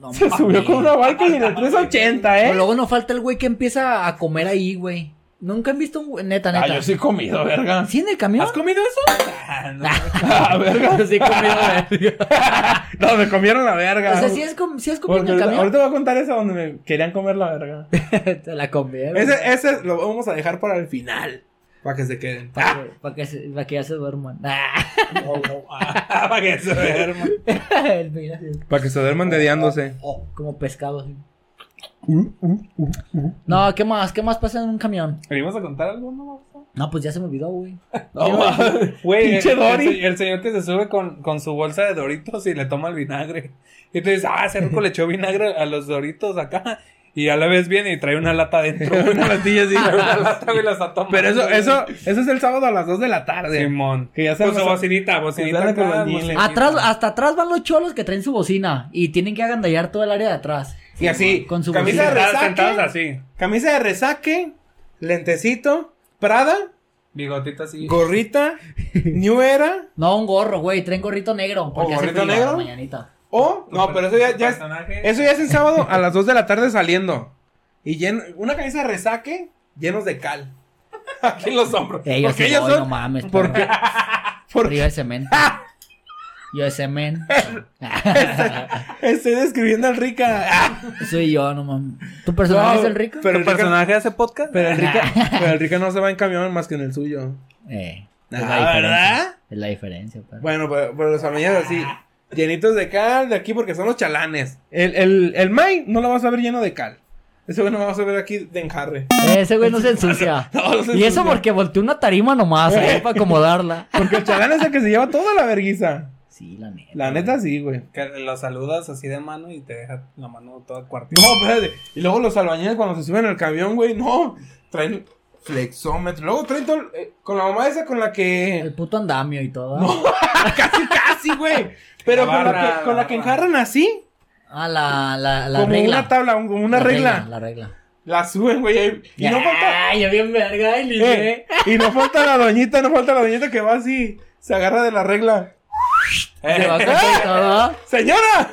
S1: No
S4: Se
S1: mames.
S4: subió con una baica y en el 380,
S1: Pero
S4: ¿eh?
S1: luego no falta el güey que empieza a comer ahí, güey. Nunca han visto un güey. Neta, neta.
S4: Ah, yo sí he comido, verga.
S1: ¿Sí en el camión?
S4: ¿Has comido eso?
S3: Ah, no.
S4: Ah, verga.
S1: Yo sí he comido, güey.
S4: No, me comieron la verga.
S1: O sea, sí has, com- sí has comido
S4: Porque
S1: en el
S4: ahorita,
S1: camión.
S4: ahorita voy a contar esa donde me querían comer la verga.
S1: Te la eh, comieron.
S4: Ese, ese lo vamos a dejar para el final. Para que se queden.
S1: Para que, pa' que se- pa' que ya se duerman. Ah,
S3: Para que se duerma.
S1: el mira, así, oh,
S4: Para que se duerman dediándose.
S1: como pescado. así. No, ¿qué más? ¿Qué más pasa en un camión?
S3: ¿Venimos a contar algo, no?
S1: No, pues ya se me olvidó, güey.
S4: No, mames.
S3: Güey,
S4: Oh, Pinche
S3: el,
S4: Dory.
S3: El, se- el señor que se sube con, con su bolsa de doritos y le toma el vinagre. Y tú dices, ah, ese rico le echó vinagre a los doritos acá. Y a la vez viene y trae una lata adentro.
S4: Una latilla así.
S3: una lata y la está tomando.
S4: Pero eso,
S3: güey.
S4: eso, eso es el sábado a las 2 de la tarde.
S3: Simón.
S4: Que ya se
S3: Con su
S4: almacena-
S3: bocinita, bocinita.
S4: almacena con
S3: acá,
S4: los niños.
S3: bocinita.
S1: Atrás, hasta atrás van los cholos que traen su bocina y tienen que agandallar todo el área de atrás.
S4: y así.
S1: Con su
S4: camisa de
S1: bocina.
S3: Sentadas,
S4: resaque.
S3: sentadas así.
S4: Camisa de resaque. Lentecito. Prada.
S3: Bigotita así.
S4: Gorrita. New Era.
S1: No, un gorro, güey. Traen gorrito negro. Porque hace
S4: gorrito
S1: frío
S4: negro?
S1: a la mañanita.
S4: O. No, pero eso ya, ya es.
S3: Personaje.
S4: Eso ya es el sábado a las 2 de la tarde saliendo. Y lleno, una camisa de resaque llenos de cal. Aquí en los hombros.
S1: Eh, yo
S4: porque
S1: sí
S4: ellos
S1: voy,
S4: son.
S1: no mames.
S4: ¿Por
S1: perro.
S4: qué? ¿Por
S1: Frío de cemento. Yo de cemento.
S4: Estoy describiendo al Rica. Ah,
S1: Soy yo, no mames. ¿Tu personaje
S4: No,
S1: es el rico?
S4: pero-
S3: ¿Tu personaje hace podcast?
S4: Pero el Rica, pero el Rica no se va en camión más que en el suyo.
S1: Eh, es la
S4: Ah, ¿verdad?
S1: diferencia. Es la diferencia, perro.
S4: Bueno, pero, pero los familiares así. Llenitos de cal de aquí porque son los chalanes. El, el, el May no lo vas a ver lleno de cal. Ese güey no lo vas a ver aquí de enjarre.
S1: Ese güey no se ensucia.
S4: No, no se
S1: y
S4: ensucia.
S1: eso porque volteó una tarima nomás, ahí para acomodarla.
S4: Porque el chalán es el que se lleva toda la verguiza.
S1: Sí, la neta.
S4: La neta sí, güey.
S3: Que lo saludas así de mano y te deja la mano toda
S4: No,
S3: cuartita.
S4: espérate. Y luego los albañiles cuando se suben al camión, güey, no. Traen flexómetro. Luego traen todo. el- eh, con la mamá esa con la
S1: El
S4: que.
S1: puto andamio y todo.
S4: casi, casi, güey. Pero
S3: La
S4: con
S3: barra,
S4: la que, con la
S3: la
S4: que
S3: barra.
S4: enjarran así.
S1: Ah, la, la, la
S4: como
S1: regla.
S4: una tabla, un- como una
S1: La
S4: regla.
S1: La regla.
S4: La suben, güey. ahí. Y no falta.
S1: Ay, ya bien verga, y
S4: eh,
S1: libre.
S4: y no falta la doñita, no falta la doñita que va así. Se agarra de la regla.
S1: Se
S3: Eh.
S1: va a cortar y todo.
S4: ¡Señora!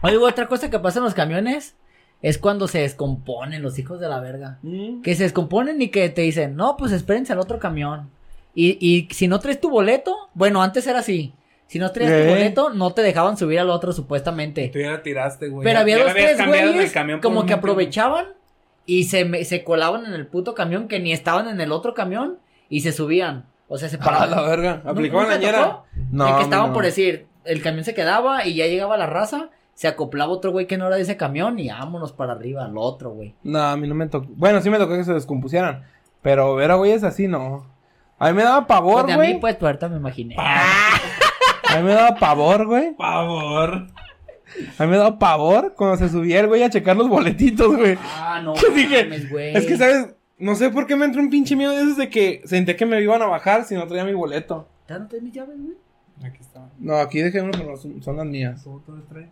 S1: Oye, güey, otra cosa que pasa en los camiones es cuando se descomponen los hijos de la verga. Que se descomponen y que te dicen, no, pues espérense al otro camión. Y, y si no traes tu boleto, bueno, antes era así. Si no traías
S4: Eh.
S1: tu boleto, no te dejaban subir al otro, supuestamente.
S3: Tú ya la tiraste, güey.
S1: Pero
S3: Ya-
S1: había
S3: ya la
S1: dos,
S3: habías
S1: tres
S3: cambiado del
S1: güeyes
S3: camión por
S1: como
S3: un
S1: que
S3: último.
S1: aprovechaban y se, me- se colaban en el puto camión que ni estaban en el otro camión y se subían. O sea, se
S4: A
S1: paraban.
S4: la verga.
S1: ¿No-
S4: Aplicó
S1: nunca
S4: la ñera.
S1: tocó? de que estaban
S4: no.
S1: por decir, el camión se quedaba y ya llegaba la raza, se acoplaba otro güey que no era de ese camión y vámonos para arriba al otro, güey.
S4: No, a mí no me tocó. Bueno, sí me tocó que se descompusieran. Pero ver a güeyes así, no. A mí me daba pavor,
S1: Porque a mí,
S4: güey.
S1: pues, tuerta me imaginé.
S3: Ah,
S4: A mí me daba pavor, güey.
S3: Pavor.
S4: A mí me daba pavor cuando se subía el güey a checar los boletitos, güey.
S1: Ah, no,
S4: ¿Qué dije?
S1: mames, güey.
S4: Es que, ¿sabes? No sé por qué me entró un pinche miedo de esos de que senté que me iban a bajar si no traía mi boleto.
S1: ¿Ya no traes mis llaves, güey?
S3: Aquí está.
S4: No, aquí dejé uno, pero son son las mías.
S3: ¿Tú, tú le traes?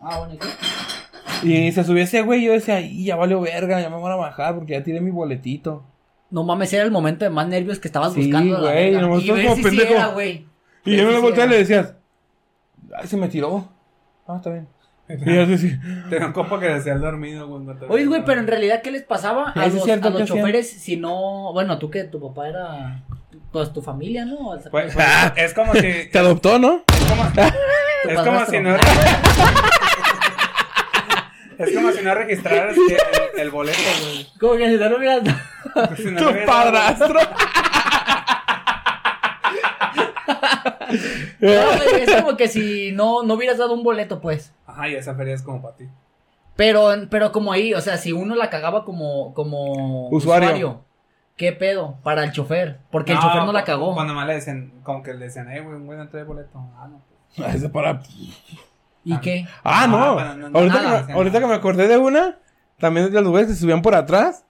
S1: Ah, bueno, ¿qué?
S4: Y se subió ese güey y yo decía, y ya valió verga, ya me van a bajar porque ya tiré mi boletito.
S1: No mames, era el momento de más nervios que estabas
S4: Sí,
S1: buscando. a la
S4: güey,
S1: verga.
S4: nomás
S1: y
S4: estás
S1: ver
S4: como
S1: si
S4: pendejo.
S1: Sí era, güey.
S4: Y yo
S1: Sí,
S4: me lo
S1: sí
S4: volteé y
S1: era.
S4: le decías, ay, se me tiró. Ah, está bien. Y yo decía,
S3: Tengo un compa que decía el dormido, güey. cuando te-
S1: Oye, güey, pero en realidad, ¿qué les pasaba
S4: Eso
S1: a
S4: es
S1: los,
S4: cierto,
S1: a los
S4: ¿qué hacían?
S1: choferes si no... Bueno, tú que tu papá era... Pues tu familia, ¿no? O sea,
S3: Pues,
S1: pues,
S3: es como si. Es
S4: te adoptó, ¿no?
S3: como,
S1: tu
S3: es como
S1: padrastro.
S3: si no. es como si no registraras que- el, el boleto, güey.
S1: Como que si no lo hubieras dado.
S3: Si no
S4: Tu
S3: le hubieras dado-
S4: padrastro.
S1: No, güey, es como que si no, no hubieras dado un boleto, pues.
S3: Ajá, y esa feria es como para ti.
S1: Pero, pero como ahí, o sea, si uno la cagaba como, como
S4: Usuario.
S1: ¿qué pedo? Para el chofer. Porque el chofer no la cagó.
S3: Cuando más le decían, como que le decían, eh, güey, un güey no trae boleto. Ah, no.
S4: Ah, esa para-
S1: ¿Y qué?
S4: Ah, no.
S3: Ah, bueno, no, no,
S4: ahorita,
S1: nada,
S4: que me,
S3: no.
S4: ahorita que me acordé de una, también de los güeyes que subían por atrás,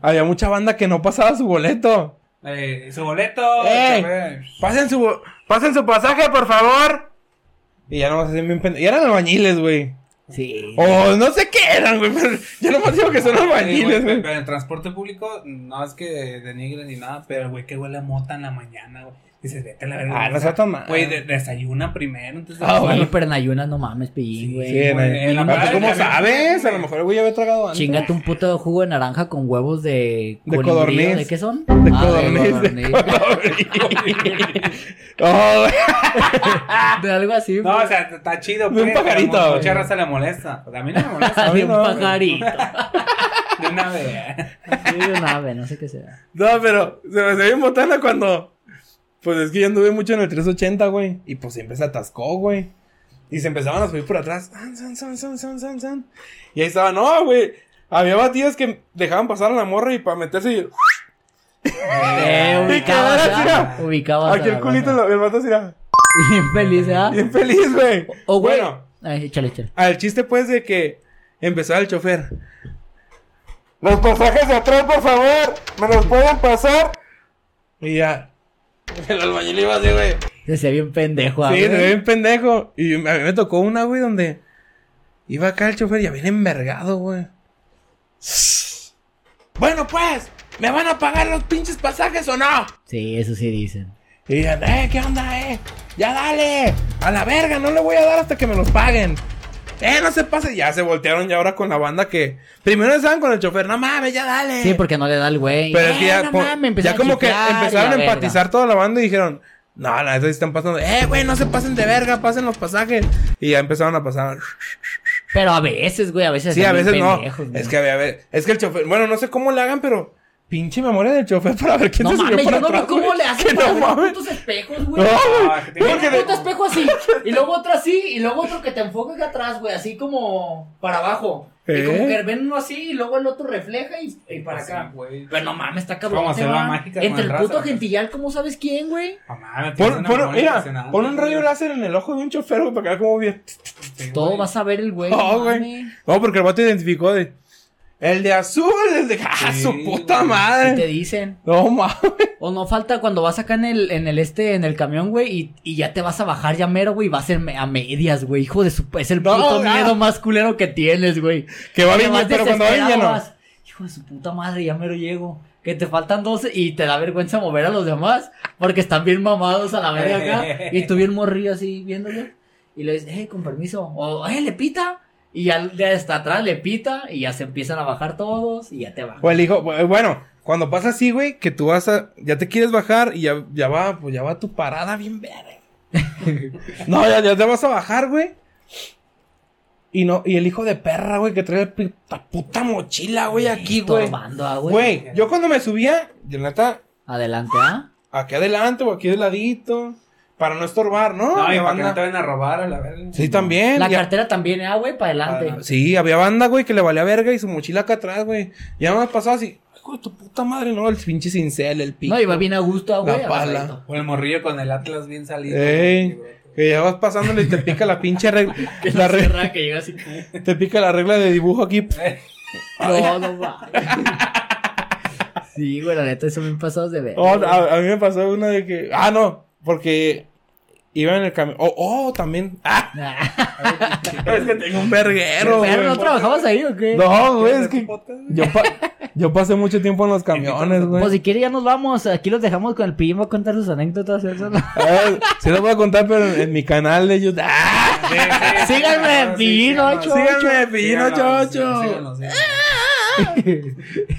S4: había mucha banda que no pasaba su boleto.
S3: Eh, su boleto,
S4: ¡Ey!
S3: chofer.
S4: Pasen su, bo- pasen su pasaje, por favor. Y ya nomás hacían bien pende- Y eran albañiles, güey.
S1: Sí.
S4: O no sé qué eran, güey. Pero ya nomás digo que son
S3: Sí, Ah, Eh, güey,
S4: albañiles, güey.
S3: Pero en transporte público no es que denigre ni nada, pero güey, que huele a mota en la mañana, güey. Dices, vete a la verga.
S4: Ah, no sea tan mal.
S3: Güey, de- desayuna primero, entonces.
S4: Ah,
S1: Sí,
S4: bueno.
S1: pero en ayunas no mames, pillín, güey.
S4: Sí, en-
S3: güey, en la
S4: ¿A
S3: madre
S4: poco ¿Cómo
S3: también.
S4: sabes? A lo mejor el güey ya había tragado antes.
S1: Chingate un puto jugo de naranja con huevos de...
S4: De
S1: colibrí,
S4: codorniz.
S1: ¿De qué son?
S4: De
S1: Ah,
S4: codorniz. De
S1: codorniz.
S4: codorniz. Oh, güey.
S1: De algo así.
S3: No,
S1: güey.
S3: o sea, está chido.
S4: De un
S3: pues, pero
S4: pajarito,
S3: mu-
S4: güey.
S3: Mucha raza le molesta. Pues, A mí no me molesta.
S4: a mí
S1: de un
S4: no, güey.
S1: pajarito.
S3: De una vez.
S1: Sí, de un ave, no sé qué sea.
S4: No, pero se me salió en botana cuando. Pues es que yo anduve mucho en el 380, güey. Y pues siempre se atascó, güey. Y se empezaban a subir por atrás. San, san, san, san, san, san, san. Y ahí estaba, no, güey. Había batidas que dejaban pasar a la morra y para meterse y.
S1: Eh,
S4: Y
S1: ubicabas,
S4: quedara
S1: ah,
S4: así,
S1: ubicabas.
S4: Aquí
S1: a
S4: el
S1: la
S4: culito,
S1: banda.
S4: lo- el vato así era.
S1: Bien feliz, ¿ah?
S4: Bien feliz, güey.
S1: O, güey.
S4: Bueno,
S1: Ay, échale, échale.
S4: al chiste, pues, de que empezó el chofer. Los pasajes de atrás, por favor. ¿Me los pueden pasar? Y ya. El albañil iba así, güey.
S1: Se ve bien pendejo, ah,
S4: Sí,
S1: güey.
S4: se ve bien pendejo. Y a mí me tocó una, güey, donde iba acá el chofer ya bien envergado, güey. Bueno, pues, ¿me van a pagar los pinches pasajes o no?
S1: Sí, eso sí dicen.
S4: Y ya, eh, ¿qué onda, eh? Ya dale, a la verga, no le voy a dar hasta que me los paguen. Eh, no se pase. Ya se voltearon ya ahora con la banda que. Primero estaban con el chofer, no mames, ya dale.
S1: Sí, porque no le da el güey.
S4: Pero es que
S1: Eh,
S4: ya,
S1: no
S4: po-
S1: mames,
S4: ya
S1: empezaron
S4: como que
S1: chiflar y
S4: empezaron
S1: la
S4: a
S1: verga.
S4: empatizar toda la banda y dijeron, no, no, eso sí están pasando. Eh, güey, no se pasen de verga, pasen los pasajes. Y ya empezaron a pasar.
S1: Pero a veces, güey, a veces.
S4: Sí, a
S1: son Pues bien
S4: veces no.
S1: pendejos, güey.
S4: Es que a ver, es que el chofer, bueno, no sé cómo le hagan, pero pinche memoria del chofer para ver quién
S1: No
S4: se subió
S1: mames,
S4: para
S1: yo no
S4: atrás,
S1: veo cómo
S4: güey.
S1: le
S4: Que
S1: hacen
S4: no
S1: para ver
S4: mames.
S1: putos espejos,
S4: No,
S1: güey.
S3: Ah, que
S4: güey.
S3: te-
S1: Tiene
S4: Porque
S1: un puto
S4: de-
S1: espejo así, y luego otro así, y luego otro que te enfoca acá atrás, güey, así como para abajo. Y como
S4: ¿Eh?
S1: que ven uno así, y luego el otro refleja y, y para
S3: Sí,
S1: acá.
S3: güey.
S1: Pero no mames, está cabrón.
S3: Vamos
S1: se
S3: a hacer
S1: va.
S3: la mágica con
S1: Entre el
S3: raza,
S1: puto
S3: güey.
S1: gentillal, ¿cómo sabes quién, güey?
S3: No mames, tienes
S4: Pon,
S3: una
S4: pon-
S3: memoria
S4: mira,
S3: impresionante,
S4: pon un rayo
S3: güey.
S4: láser en el ojo de un chofer, güey, para que vea cómo bien.
S3: Sí,
S1: Todo
S3: güey.
S1: vas a ver el güey.
S4: No,
S1: no
S4: güey.
S1: mames.
S4: No, porque el vato identificó de. El de azul, el de. ¡Ah,
S3: Sí,
S4: su puta
S3: güey.
S1: Y te
S4: madre!
S1: dicen.
S4: No mames.
S1: O no falta cuando vas acá en el, en el este, en el camión, güey, y, y ya te vas a bajar ya mero, güey, y vas a, me- a medias, güey. Hijo de su... Es el
S4: No,
S1: puto
S4: ya.
S1: miedo más culero que tienes, güey.
S4: Que va
S1: Te
S4: bien,
S1: vas
S4: pero cuando va bien ya
S1: desesperado,
S4: no.
S1: vas, Hijo de su puta madre, ya mero llego. Que te faltan 12 y te da vergüenza mover a los demás porque están bien mamados a la verga acá. y tú bien morrillo así viéndolo. Y le dices, eh, con permiso. O, eh, le pita. Y ya de hasta atrás le pita y ya se empiezan a bajar todos y ya te bajan.
S4: O el hijo, eh, bueno, cuando pasa así, güey, que tú vas a, ya te quieres bajar y ya, ya va, pues ya va tu parada bien verde. no, ya, ya te vas a bajar, güey. Y no, y el hijo de perra, güey, que trae la pi- la puta mochila, güey, aquí, güey.
S1: Estorbando, ah, güey.
S4: Güey, yo cuando me subía, de neta,
S1: Adelante, ¿ah?
S4: aquí adelante o aquí de ladito, para no estorbar, ¿no?
S3: No, y
S4: Había
S3: para que no te
S4: banda-
S3: vayan a robar a la verga.
S4: Sí, también.
S1: La
S4: ya-
S1: cartera también, ah, güey, para adelante.
S3: Para-
S4: Sí, había banda, güey, que le valía verga y su mochila acá atrás, güey. Ya me pasaba así, "Ay, güey, tu puta madre, no, el pinche cincel, el pico.
S1: No, iba bien a gusto, ah, güey.
S4: La pala.
S1: abrazadito.
S3: O el morrillo con el Atlas bien salido.
S4: Ey, que ya vas pasándole y te pica la pinche regla. la re-
S1: Perra que llega así.
S4: te pica la regla de dibujo aquí.
S1: No, no mames. Sí, güey, la neta, son bien pasados de ver.
S4: Oh, a, a mí me pasó una de que. Ah, no, porque iba en el camión. Oh, oh, también. Ah, es que tengo un verguero, güey.
S1: Pero, ¿no trabajabas ahí o qué?
S4: No, güey, es
S3: ¿Quieres ver
S4: que.
S3: tu podcast?
S4: Yo, pa- yo pasé mucho tiempo en los camiones, güey.
S1: Pues si quiere ya nos vamos, aquí los dejamos con el pillín, va a contar sus anécdotas. eso, ¿no?
S4: Ah, se lo voy a contar, pero en, en mi canal de YouTube. ¡Ah!
S1: Síganme, Pillín ocho,
S4: Síganme, Pillino Chocho.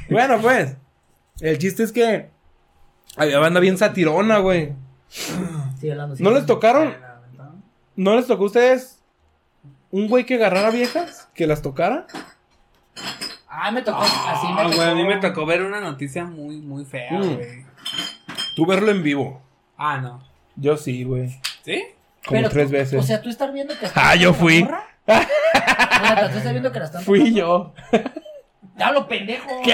S4: Bueno, pues. El chiste es que. Había banda bien satirona, güey.
S1: Sigue hablando, sigue
S4: ¿No les
S1: hablando.
S4: tocaron? ¿No les tocó a ustedes un güey que agarrara viejas? ¿Que las tocara?
S1: Ah, me tocó, así me
S3: Ah,
S1: tocó.
S3: güey, a mí me tocó ver una noticia muy, muy fea,
S4: Mm.
S3: güey.
S4: Tú verlo en vivo.
S3: Ah, no.
S4: Yo sí, güey.
S3: ¿Sí?
S4: Como
S1: Pero
S4: tres
S1: tú-
S4: veces.
S1: O sea, tú estás viendo que.
S4: Ah, yo fui.
S1: ¿La morra? O sea, tú estás viendo que la están.
S4: Fui yo.
S1: ¡Te hablo, pendejo!
S4: ¿Qué?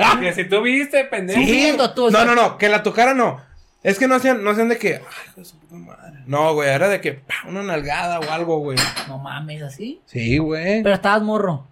S4: Ah,
S3: Que si tú viste, pendejo.
S1: Sí. viendo tú, o
S4: No,
S1: sea-
S4: no, no. Que la tocara no. Es que no hacían, no hacían de que. Ay, hijo de su puta madre. No, güey. Era de que. pa, Una nalgada o algo, güey.
S1: No mames, así.
S4: Sí, güey.
S1: Pero estabas morro.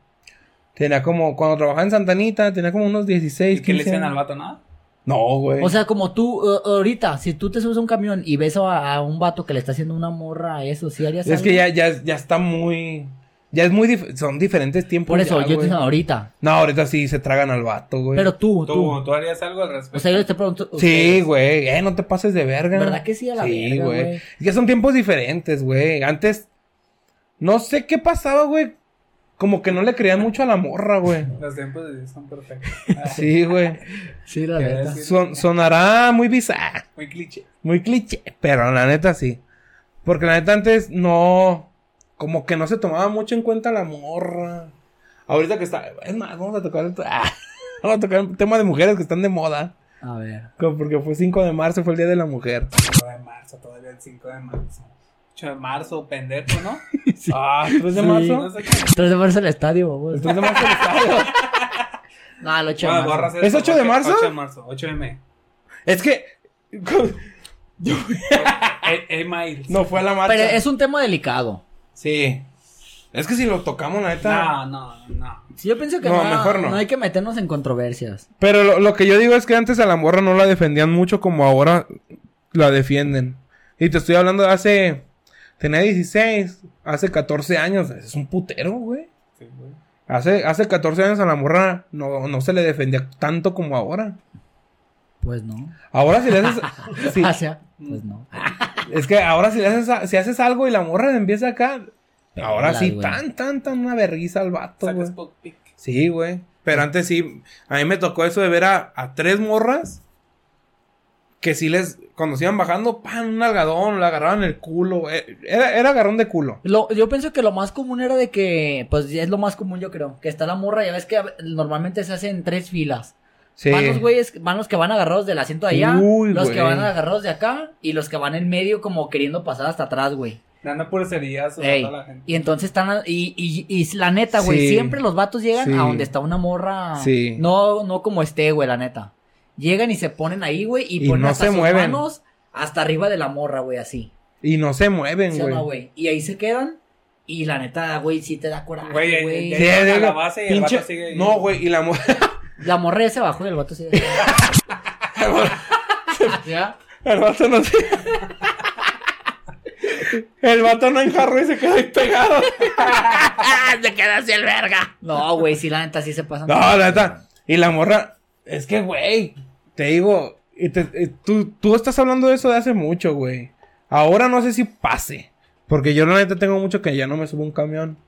S4: Tenía como. Cuando trabajaba en Santanita, tenía como unos 16.
S3: ¿Y qué le
S4: 15
S3: dicen al
S4: años.
S3: vato? Nada.
S4: No, güey.
S1: O sea, como tú, eh, ahorita, si tú te subes a un camión y ves a, a un vato que le está haciendo una morra, eso sí harías.
S4: es que
S1: algo?
S4: ya, ya, ya está muy. Ya es muy. dif- Son diferentes tiempos.
S1: Por eso,
S4: ya,
S1: yo te
S4: güey.
S1: digo ahorita.
S4: No, ahorita sí se tragan al vato, güey.
S1: Pero tú, tú.
S3: ¿Tú, ¿Tú harías algo al respecto?
S1: O sea, yo te pregunto.
S4: Sí,
S1: ustedes,
S4: güey. Eh, no te pases de verga.
S1: ¿Verdad que sí a la verga, güey?
S4: Es que son tiempos diferentes, güey. Antes, no sé qué pasaba, güey. Como que no le creían mucho a la morra, güey.
S3: Los tiempos de Dios son perfectos. Ah,
S4: Sí, güey.
S1: Sí, la
S3: ¿Qué
S1: neta.
S3: decir?
S4: Son- sonará muy bizarro,
S3: Muy cliché.
S4: muy cliché, pero la neta sí. Porque la neta antes no. Como que no se tomaba mucho en cuenta la morra. Ahorita que está. Es más, vamos a tocar. el- Ah, vamos a tocar el tema de mujeres que están de moda.
S1: A ver.
S4: Como Porque fue 5 de marzo, fue el Día de la Mujer.
S3: 5 de marzo, todavía el 5 de marzo. 8 de marzo, pendejo, ¿no?
S4: Ah, 3 de
S1: Sí.
S3: No
S4: marzo.
S3: sé qué.
S1: Entonces de marzo al estadio, vamos.
S4: El 3 de marzo del estadio.
S1: No, el 8 de
S3: Bueno,
S1: marzo.
S3: Ah, borras
S4: ¿Es
S3: eso,
S4: 8 de
S3: porque-
S4: marzo?
S3: 8 de marzo, 8 M.
S4: Es que.
S3: E- E miles.
S4: No fue a la marcha.
S1: Pero es un tema delicado.
S4: Sí. Es que si lo tocamos, la neta.
S3: No, no, no.
S1: Sí, yo pienso que
S4: No,
S1: no,
S4: mejor no.
S1: no hay que meternos en controversias.
S4: Pero lo, lo que yo digo es que antes a la morra no la defendían mucho como ahora la defienden. Y te estoy hablando de hace. Tenía 16, hace 14 años. Es un putero, güey.
S3: Sí, güey.
S4: Hace, hace 14 años a la morra no, no se le defendía tanto como ahora.
S1: Pues no.
S4: Ahora si le haces. si-
S1: O sea, pues no.
S4: es que ahora si le haces, a- si haces algo y la morra empieza acá. Ahora
S1: Pégala,
S4: sí,
S1: güey.
S4: tan, tan, tan una vergüenza al vato, güey.
S3: Sacas pop pic.
S4: Sí, güey. Pero antes sí, a mí me tocó eso de ver a, a tres morras que sí les, cuando se iban bajando, pan, un algadón, la agarraban el culo. eh, Era, era agarrón de culo.
S1: Lo- yo pienso que lo más común era de que, pues es lo más común yo creo, que está la morra, ya ves que a- normalmente se hacen tres filas.
S4: Sí.
S1: Van los güeyes, van los que van agarrados del asiento de allá,
S4: Uy,
S1: los que
S4: güey.
S1: van agarrados de acá y los que van en medio como queriendo pasar hasta atrás, güey.
S3: Dando purcerías a
S1: Ey,
S3: toda la gente.
S1: Y entonces están, a- y, y, y la neta, güey,
S4: Sí.
S1: siempre los vatos llegan
S4: Sí.
S1: a donde está una morra.
S4: Sí.
S1: No, no como esté, güey, la neta. Llegan y se ponen ahí, güey, y,
S4: Y
S1: ponen
S4: no
S1: hasta
S4: se
S1: sus
S4: mueven.
S1: manos hasta arriba de la morra, güey, así.
S4: Y no se mueven,
S1: ¿Sí o no,
S4: güey.
S1: güey? Y ahí se quedan. Y la neta, güey, sí te da coraje,
S3: Güey, eh,
S1: güey.
S3: eh, Llegan a
S4: digo,
S3: la base y el
S4: pinche-
S3: vato sigue ahí.
S4: No, güey, y la morra.
S1: La morra ya se bajó y el vato se... ¿Ya?
S4: El vato no se. el vato no enjarró y se quedó ahí pegado.
S1: ¡Se queda así Ah, el verga! No, güey, sí, la neta, sí se pasan.
S4: No, la neta. Y la morra, es que, güey, te digo, y te- y tú, tú estás hablando de eso de hace mucho, güey. Ahora no sé si pase. Porque yo, la neta, tengo mucho que ya no me subo a un camión.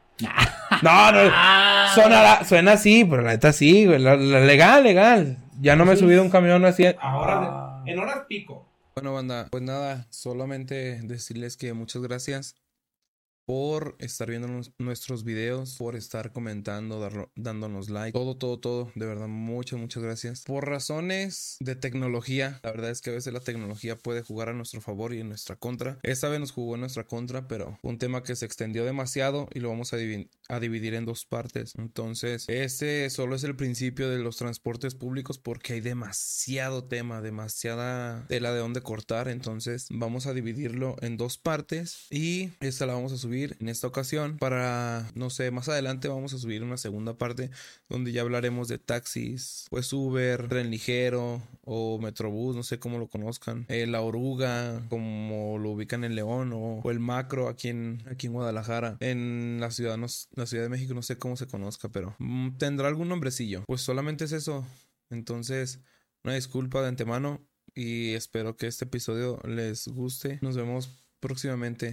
S4: no, no.
S1: Ah.
S4: Sonará- suena así, pero la neta sí, güey. la- la- legal, legal. Ya no me he subido a un camión así. ah, Ahora, en horas pico.
S6: Bueno, banda, pues nada, solamente decirles que muchas gracias por estar viendo nos- nuestros videos, por estar comentando, darlo- dándonos like, todo, todo, todo. De verdad, muchas, muchas gracias. Por razones de tecnología, la verdad es que a veces la tecnología puede jugar a nuestro favor y en nuestra contra. Esta vez nos jugó en nuestra contra, pero fue un tema que se extendió demasiado y lo vamos a, divi- a dividir en dos partes. Entonces, este solo es el principio de los transportes públicos porque hay demasiado tema, demasiada tela de dónde cortar. Entonces, vamos a dividirlo en dos partes y esta la vamos a subir en esta ocasión para, no sé, más adelante vamos a subir una segunda parte donde ya hablaremos de taxis, pues Uber, tren ligero o Metrobús, no sé cómo lo conozcan, eh, la oruga, como lo ubican en León o, o el macro aquí en, aquí en Guadalajara, en la ciudad, no s- la ciudad de México, no sé cómo se conozca, pero mm, tendrá algún nombrecillo. Pues solamente es eso. Entonces, una disculpa de antemano y espero que este episodio les guste. Nos vemos próximamente.